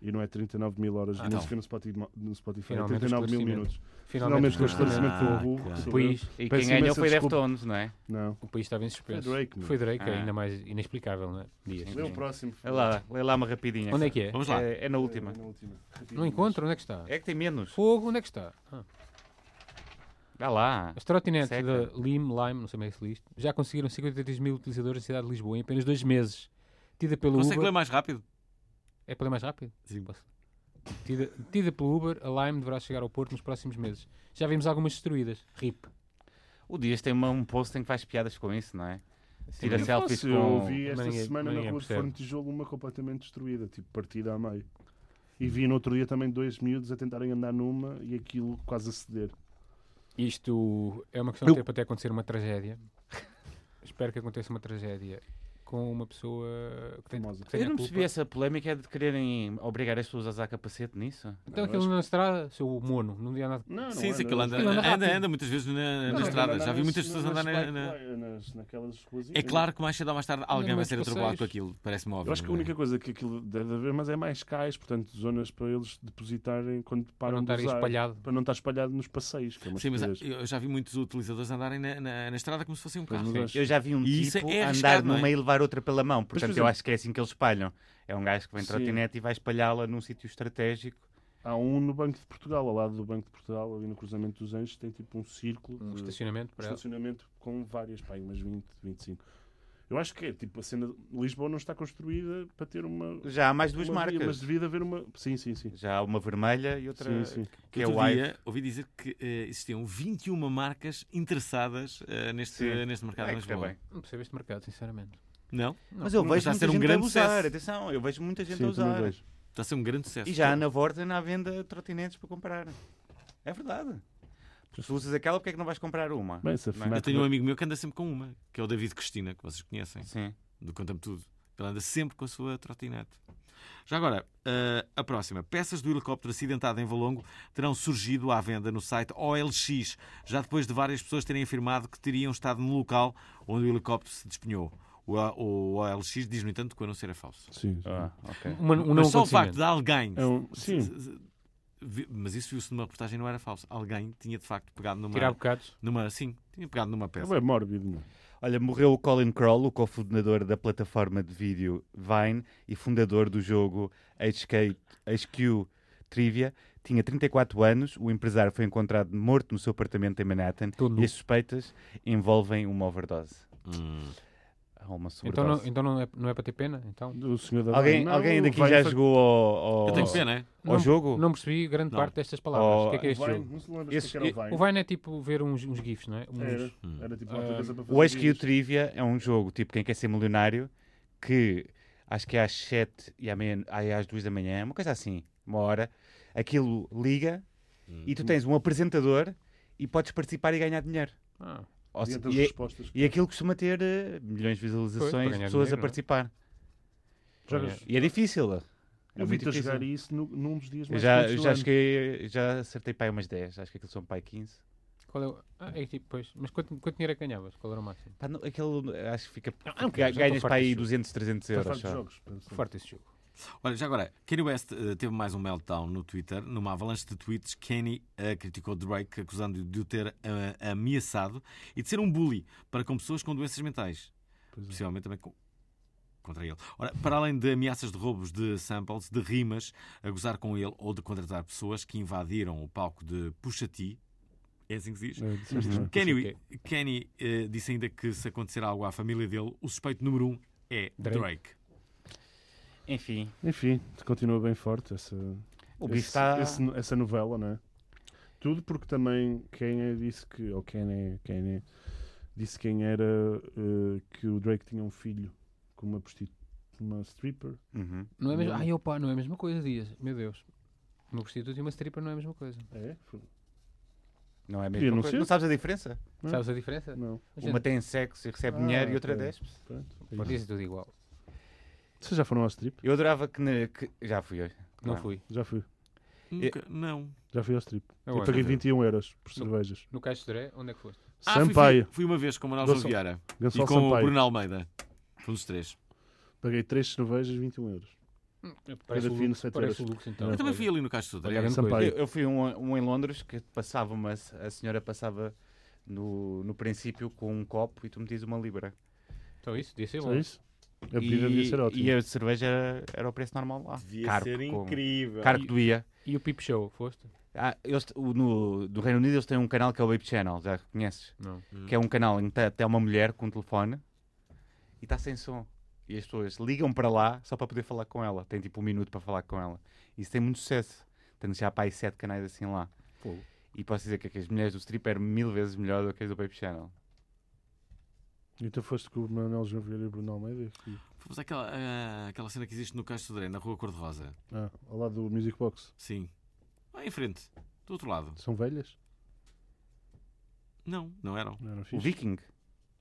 E não é 39 mil horas
Ah,
de
então.
música no Spotify, no Spotify é
Finalmente
39 mil
esclarecimento.
minutos.
Finalmente,
Finalmente com o
Finalmente
esclarecimento do burro.
cara.
que
o
sou eu.
país,
E quem
Peço
ganhou
imensa
foi
desculpa.
Deftones, não é?
Não.
o país estava em
Foi
suspenso.
Drake, meu.
Foi Drake, é
Ah.
ainda mais inexplicável, não é? Dias.
Lê o próximo. por
Lê É lá, lê lá uma rapidinha.
Onde é que é?
Vamos lá.
É, é na
favor.
última.
É, na última. Rapidinho.
Não encontro, onde é que está?
É que tem menos.
Fogo, onde é que está? Ah.
Vá lá.
As trotinetes
Seca.
da Lime, Lime, não sei como é que se listo, já conseguiram 53 mil utilizadores na cidade de Lisboa em apenas dois meses. Tida pelo
Consegue ler
Uber.
mais rápido?
É para ler mais rápido?
Sim.
Posso? Tida, tida pelo Uber, a Lime deverá chegar ao Porto nos próximos meses. Já vimos algumas destruídas. RIP.
O Dias tem uma- um post em que faz piadas com isso, não é? Tira
Eu
selfies
posso, Eu
com.
vi esta
Mas
é-
ninguém-
semana
mas
na
ninguém
rua de Forno de Tijolo uma completamente destruída, tipo partida a meio. E vi no outro dia também dois miúdos a tentarem andar numa e aquilo quase a ceder.
Isto é uma questão de tempo até acontecer uma tragédia. *laughs* Espero que aconteça uma tragédia com uma pessoa que tem
Famosa.
que tenha
Eu não
culpa.
percebi essa polémica é de quererem obrigar as pessoas a usar capacete nisso.
Então aquilo na estrada, seu mono, não devia andar de
Não, não
Sim,
anda,
sim, aquilo anda,
Aquilo anda
anda, anda,
rápido.
muitas vezes na,
Não,
na
não,
estrada.
não, não,
Já vi
nas-
muitas pessoas
nas
andar na, na-
bike- nas- naquelas ruas.
É claro que mais cedo ou mais tarde alguém
Não,
vai
mas
ser atropelado
passeios.
com aquilo. Parece-me óbvio.
Eu acho que a
não é?
única coisa que aquilo deve haver, mas é mais cais, portanto, zonas para eles depositarem quando
não
param
estar
de usar.
espalhado.
Para não estar espalhado nos passeios, que é uma
Sim, mas
estupidez.
eu já vi muitos utilizadores andarem na, na- na estrada como se fossem um
Pois,
carro.
mas acho-
Eu já vi um
E isso
tipo
é
andar
arriscado, não é?
numa e levar outra pela mão. Portanto, eu
exemplo-
acho que é assim que eles espalham. É um gajo que vem
Sim.
trotinete e vai espalhá-la num sítio estratégico.
Há um no Banco de Portugal, ao lado do Banco de Portugal, ali no cruzamento dos Anjos, tem tipo um círculo
Hum,
um
de-
estacionamento para ela.
estacionamento com várias, pá, aí umas 20, 25. Eu acho que é, tipo, a cena. Lisboa não está construída para ter uma.
Já há mais é duas
uma via,
marcas.
mas devia haver uma. Sim, sim, sim.
Já há uma vermelha e outra
Sim, sim.
que é o
Outro
Wife.
dia ouvi dizer que eh, existiam 21 marcas interessadas eh, neste,
Sim.
neste mercado
É
de
que está
Lisboa.
bem.
Não percebo este mercado, sinceramente.
Não?
Mas eu
Não,
vejo
está a
muita
ser um
gente a
grande
abusar.
sucesso.
Atenção, eu vejo muita gente
Sim,
a
eu também
usar.
vejo.
Está a ser um grande sucesso.
E já há na Vorten à venda trotinetes para comprar. É verdade. Porque Se usas aquela, porque é que não vais comprar uma?
Bem, se a
Não é?
FNAC
Eu tenho um amigo meu que anda sempre com uma, que é o David Cristina, que vocês conhecem,
Sim.
do Conta-me Tudo. Ele anda sempre com a sua trotinete. Já agora, eh, a próxima. Peças do helicóptero acidentado em Valongo terão surgido à venda no site OLX, já depois de várias pessoas terem afirmado que teriam estado no local onde o helicóptero se despenhou. O A- O OLX diz, no entanto, que o anúncio era falso.
Sim. sim.
Ah, ok.
Uma- um não
Mas só o facto
acontecimento.
de alguém
É um-
Se-
sim.
se- vi- Mas isso viu-se numa reportagem, não era falso. Alguém tinha de facto pegado numa.
Tirar bocados.
numa sim, tinha pegado numa
É
peça.
bem mórbido, não é?
Olha, morreu o Colin Kroll, o cofundador da plataforma de vídeo Vine e fundador do jogo HK, HQ Trivia. Tinha 34 anos, o empresário foi encontrado morto no seu apartamento em Manhattan
Tô nu.
e as suspeitas envolvem uma overdose.
Hum.
Há uma
Então, não,
sobredose.
então não, é, não é para ter pena? Então,
Do senhor da
Alguém,
Não,
alguém
o
daqui
Vine
já
foi-
jogou ao, ao,
Eu tenho pena, é?
ao
não,
jogo?
não percebi grande
Não.
parte destas palavras.
Oh,
o que é que é este
Vine,
jogo?
não se lembra
Esse-
se era o Vine.
O Vine é tipo ver uns, uns GIFs, não é? Uns-
Era, era tipo outra
Ah,
coisa para fazer.
O HQ
vídeos.
Trivia é um jogo, tipo, quem quer ser milionário, que acho que é às 7 e à meia- aí às 2 da manhã, uma coisa assim, uma hora, Uhum. aquilo liga e tu tens um apresentador e podes participar e ganhar dinheiro.
Ah,
Ou se-
Diante das
e,
respostas.
e aquilo costuma ter eh, milhões de
Pois,
visualizações,
para ganhar
pessoas
dinheiro, não
a
é?
participar.
Jogas-
E é difícil. É
Eu
muito
vi-te a
difícil.
jogar isso nu- num dos dias
Eu
mais
já,
quentes do
já,
ano.
cheguei, já acertei pai umas 10, acho que aquilo são pai 15.
Qual é o... Ah, é tipo, pois. Mas quanto, quanto dinheiro é que ganhavas? Qual era o máximo?
Pá, não, aquilo eh, acho que fica.
não
ga-
quero, Ah, já
ganhas
estou farto
para aí
disso.
200, 300
Estás farto
euros.
de
só.
jogos. pensa.
Forte esse jogo.
Olha, já agora, Kanye West eh, teve mais um meltdown no Twitter, numa avalanche de tweets. Kanye eh, criticou Drake, acusando-o de o ter eh, ameaçado e de ser um bully para com pessoas com doenças mentais.
é.
Possivelmente também com- contra ele. Ora, para além de ameaças de roubos de samples, de rimas, a gozar com ele ou de contratar pessoas que invadiram o palco de Pusha T, é assim que se diz?
É, disseste, não é?
Kenny, Kenny eh, disse ainda que se acontecer algo à família dele, o suspeito número um é
Drake.
Drake.
Enfim,
Enfim, continua bem forte essa,
o
esse-
bicho tá- está.
esse no- essa novela, não é? Tudo porque também quem é disse que, ou quem é, quem é- disse quem era eh, que o Drake tinha um filho com uma prostituta, uma stripper.
Uhum.
Não é mesmo...
Não.
Ai, opa, não é a mesma coisa, Dias. Meu Deus. Uma prostituta e uma stripper não é a mesma coisa.
É?
Não é
E
mesmo?
anunciou?
Não sabes a diferença?
Não.
Sabes a diferença?
Não.
Uma tem sexo e recebe
Ah,
dinheiro e outra
ok.
despe
Pronto. é
Gente,
isso.
Dias é tudo igual.
Vocês já foram ao strip?
Eu adorava que. na- que- Já fui hoje.
Não
Claro.
fui.
Já fui.
Nunca, não.
Já fui ao strip. Eu
Agora,
paguei 21 euros por cervejas.
no Caixo de Dré, onde é que foste?
Ah, fui-
Sampaio.
Fui, fui uma vez com o Manuel
Gonçalo-
Vieira e
Gonçalo
com o
Sampaio.
Bruno Almeida. Fomos os três.
Paguei 3 cervejas, 21 euros.
Parece o
fim de
Lux-
sete
parece o
euros.
Lux, então.
Eu também fui ali no Caixa de Sudra.
Olha, grande
Sampaio.
coisa.
Eu, eu fui um, um em Londres que passava uma. A senhora passava no, no princípio com um copo e tu metias uma libra.
Então isso, devia ser bom.
Só É isso? A bebida devia ser ótima.
e a cerveja era, era o preço normal lá.
Devia
Caro,
ser
com-
incrível.
Caro que doía.
E o Pip Show, foste?
Ah, eles, o- no, do Reino Unido eles têm um canal que é o Baby Channel, já conheces?
Não.
Que é um canal em que até uma mulher com um telefone e está sem som. E as pessoas ligam para lá só para poder falar com ela. Tem tipo um minuto para falar com ela. Isso tem muito sucesso. Tem já para aí sete canais assim lá. E posso dizer que, é que as mulheres do strip eram mil vezes melhor do que as do Baby Channel.
E tu foste com o Manuel João Vieira e o Bruno Almeida? que-
Fomos àquela, ah, aquela cena que existe no Caixa de Sudré, na Rua Cor-de-Rosa.
Ah, ao lado do Music Box.
Sim. Lá em frente. Do outro lado.
São velhas?
Não, não eram.
Não eram
O
fixe?
Viking.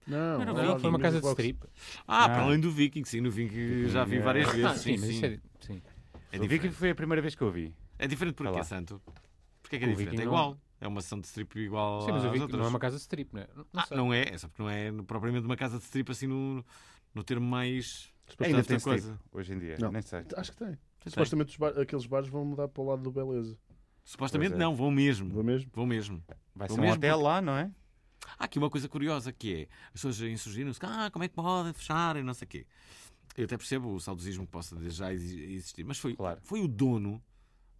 Não,
Não,
ao
não,
lado
foi
do
uma casa
Music
de
Box.
strip.
Ah,
Ah.
para além do Viking, sim. No Viking já vi várias vezes.
Ah,
sim,
sim, mas
sim.
isso é... Sim.
É
o Viking
diferente.
foi a primeira vez que eu vi.
É diferente
Tá
porquê,
lá.
Santo? Porque é que é
O
diferente?
Viking
É
não-
igual. É uma sessão de strip igual
Sim, mas eu
às
vi que
outras.
não é uma casa de strip, não é? Não,
Ah,
sei.
não é. É só porque não é propriamente uma casa de strip assim no, no termo mais...
Ainda
outra
tem strip
coisa. Então,
hoje em dia.
Não.
Nem sei.
Acho que tem. Supostamente os bar- aqueles bares vão mudar para o lado do Beleza.
Supostamente
Pois é.
não, vão mesmo.
Vou mesmo?
Vão mesmo.
Vai
Ou
ser um
mesmo
hotel lá, não é?
Há aqui uma coisa curiosa que é as pessoas insurgiram-se, ah, como é que podem fechar e não sei o quê. Eu até percebo o saudosismo que possa já exi- existir, mas foi,
Claro.
foi o dono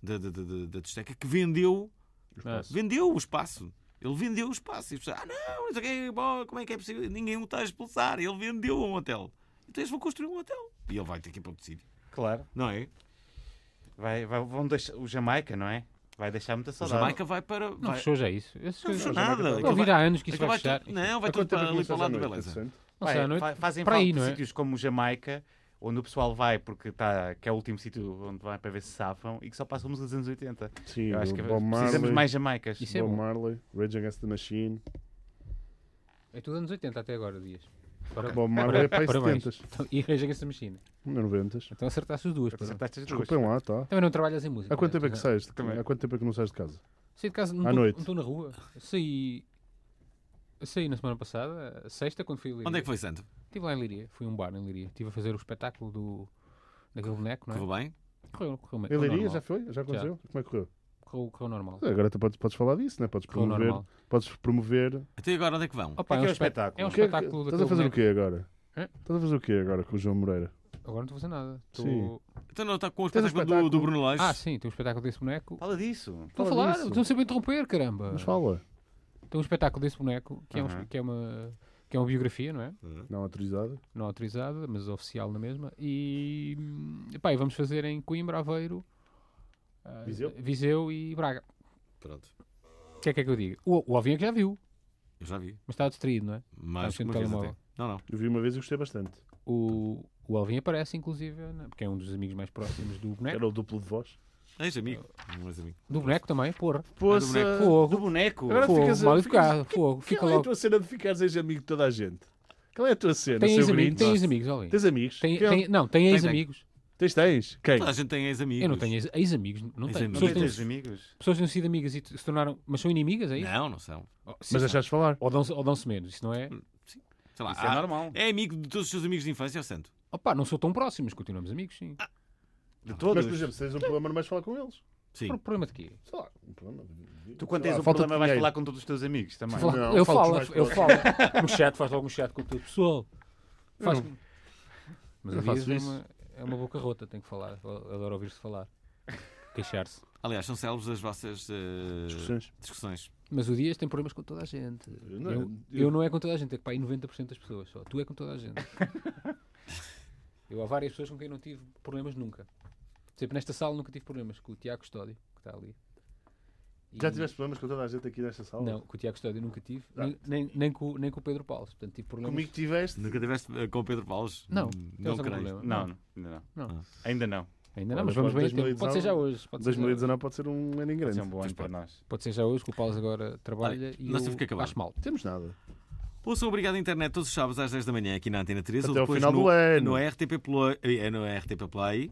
da, da, da, da- da discoteca que vendeu, vendeu o espaço. Ele vendeu o espaço. E as pessoas, ah, não, não sei o quê, bom, como é que é possível? Ninguém o está a expulsar. Ele vendeu um hotel. Então eles vão construir um hotel. E ele vai ter que ir para outro sítio.
Claro.
Não é?
Vai, vai- vão deixar, o Jamaica, não é? Vai deixar muita
A
saudade.
Jamaica vai para.
Não
Vai,
fechou já isso. Essas
não
coisas-
fechou nada.
Eu ouvi há anos que isso
aquilo
vai
vai
fechar.
tudo- né? não, vai
Há quanto
é
tudo para
tempo
ali
começas
para o
à
lado da
noite,
beleza.
interessante?
Não sei,
Vai-
à noite.
fa- fazem
para
falta
aí, não é?
sítios como o Jamaica, onde o pessoal vai porque tá, que é o último sítio onde vai para ver se safam e que só passam música dos anos 80.
Sim,
Eu acho que
Bob Marley,
precisamos de mais Jamaicas.
Isso é
Bob
bom.
Marley, Rage Against the Machine.
É tudo anos 80 até agora, Dias. Para-
Bob Marley é para aí
parabéns.
70s,
Então, E arranja essa mexina.
não 90s.
Então acertaste as duas. pronto.
Acertaste as duas.
Desculpem lá, tá?
Também não trabalhas em música.
Há quanto
né?
tempo é que sais? de-
Também.
Há quanto tempo é que não sais de casa?
Saí de casa, não
À
tô-
noite.
não estou na rua. Saí. Saí na semana passada, sexta, quando fui a Liria.
Onde é que foi, Santo?
Estive lá em Liria. Fui a um bar em Liria. Estive a fazer o espetáculo do. daquele boneco, não é?
Correu bem?
Correu, correu, bem.
Em
correu
Leiria
É normal.
já foi? Já aconteceu? Como é que correu?
Correu, correu normal.
Agora tu podes, podes falar disso, né? Podes
Correu
promover.
normal.
Podes promover.
Até agora onde é que vão?
Opa,
O que é que é o
espet-
espetáculo?
É um
O que é que-
espetáculo
Estás a
daquele
fazer o
boneco.
quê agora?
Hã?
Estás a fazer o quê agora com o João Moreira?
Agora não estou a fazer nada. Estou-
Sim.
Então não está com o
Tens um
espetáculo,
espetáculo.
Do, do Bruno Lage.
Ah, sim, tem um espetáculo desse boneco.
Fala disso.
Estou a
Fala
falar,
disso.
estou sempre a interromper, caramba.
Mas fala.
Tem um espetáculo desse boneco que, é, um
Aham.
espe- que é uma, que é uma biografia, não é?
Não autorizada.
Não autorizada, mas oficial na mesma. E, hum, epá, e vamos fazer em Coimbra, Aveiro, ah,
Viseu?
Viseu e Braga.
Pronto.
O que é que é que eu digo? O, o Alvinha que já viu,
Eu já vi.
mas está distraído, não é?
Mais
Acho
que
que
uma
no
vez
telemóvel.
até. Não, não.
Eu vi uma vez e gostei bastante.
O, o Alvin aparece, inclusive, né? porque é um dos amigos mais próximos do boneco.
Era o duplo de voz.
Ex-amigo. Um ex-amigo.
Do boneco também, porra.
Poça.
Do
Fogo.
boneco.
Agora
Fogo,
ficas a-
mal
ficas-
educado. Fogo, fica
Qual é a
logo.
tua cena de ficares ex-amigo de toda a gente? Qual é a tua cena,
Tem
seu
ex-amigos,
gringo?
tem ex-amigos, olha aí.
Tens amigos?
Tem-
Quem? é
tem- Não, tem ex-amigos.
Tens, tens? Quem?
Toda a gente tem ex-amigos.
Eu não tenho ex- ex-amigos, não tenho.
Ex-amigos.
Não
Pessoas
tens
têm-
teus amigos?
Pessoas têm sido amigas e t- se tornaram. Mas são inimigas aí?
Não, não são.
Mas deixaste de falar.
Ou dão-se ou dão-se menos, isso não
Hum.
é?
Sei lá,
Isso é
ah,
há-
normal.
É amigo de todos os seus amigos de infância, é o santo.
Opa, não sou tão próximo, mas continuamos amigos, sim.
Ah,
De todos.
Mas, por exemplo, se tens um problema, não vais falar com eles.
Sim.
Pro- Problema de quê?
Sei lá, um problema. de-
Tu, quando
sei lá,
tens um
ah, falta de
problema, vais
dinheiro.
falar com todos os teus amigos também.
Fala-
não,
eu
falo com
falo,
os mais
eu falo.
*laughs*
No chat, faz logo um chat com o teu pessoal. Faz... Mas
não
a
faço
vida é
isso.
uma, é uma boca rota, tenho que falar. Eu Adoro ouvir-se
*laughs*
falar. Queixar-se.
Aliás, são célebres as vossas eh,
Discussões.
discussões.
Mas o Dias tem problemas com toda a gente. Eu
não-
eu não,
eu-
é com toda a gente, é que pá, aí 90% das pessoas só. Tu é com toda a
*laughs*
gente. eu há várias pessoas com quem não tive problemas nunca. Por exemplo, nesta sala nunca tive problemas. Com o Tiago Custódio, que está ali. E-
Já tiveste problemas com toda a gente aqui nesta sala?
Não, com o Tiago Custódio nunca tive. Nem, nem, nem com, nem com o Pedro Paulo. Portanto, tive problemas.
Comigo tiveste?
Nunca tiveste eh, com o Pedro Paulos?
Não,
Hum,
tens
não
algum
creio.
problema?
Não, não, ainda não.
Não.
Ainda não.
Ainda não, mas
Olha,
vamos bem a tempo.
2019
Pode ser já hoje. Pode ser já hoje.
2019 pode ser um ano
Vai
grande.
ser um bom ano para nós.
Pode ser já hoje, que o Paulo agora trabalha
Olha,
e
nós
eu
temos que acabar.
acho mal.
Temos nada.
Ouçam Obrigado à Internet todos os sábados às 10 da manhã aqui na Antena 3 ou
Até ao
depois
final
no,
do ano.
no RTP Play, eh, no RTP Play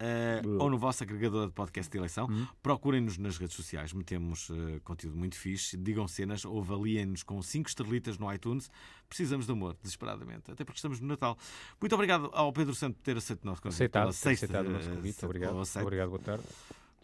eh, ou no vosso agregador de podcast de eleição.
Hum.
Procurem-nos nas redes sociais, metemos eh, conteúdo muito fixe, digam cenas ou avaliem-nos com 5 estrelitas no iTunes. Precisamos de amor, desesperadamente, até porque estamos no Natal. Muito obrigado ao Pedro Santo por ter aceito o nosso convite.
Aceitado,
pela sexta,
aceitado o nosso
eh,
convite.
pela
Obrigado.
sexta.
Obrigado, boa tarde.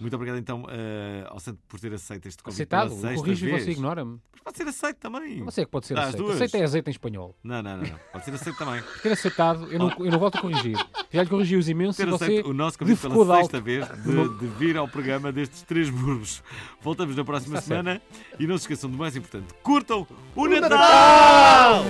Muito obrigado então eh, ao Santo por ter aceito este convite.
Aceitado,
pela sexta
corrijo e
vez.
você ignora-me.
Mas pode ser aceito também.
Você é que é? pode ser
Dá as
aceito.
duas.
Aceito é azeite em espanhol.
Não, não, não, não. Pode ser aceito também.
Por ter aceitado, eu não, eu não volto a corrigir. Já lhe corrigi os imensos e
ter
você
aceito o nosso convite pela
ficou de
sexta vez de, de vir ao programa destes três burros. Voltamos na próxima semana e não se esqueçam do mais importante: curtam o Natal!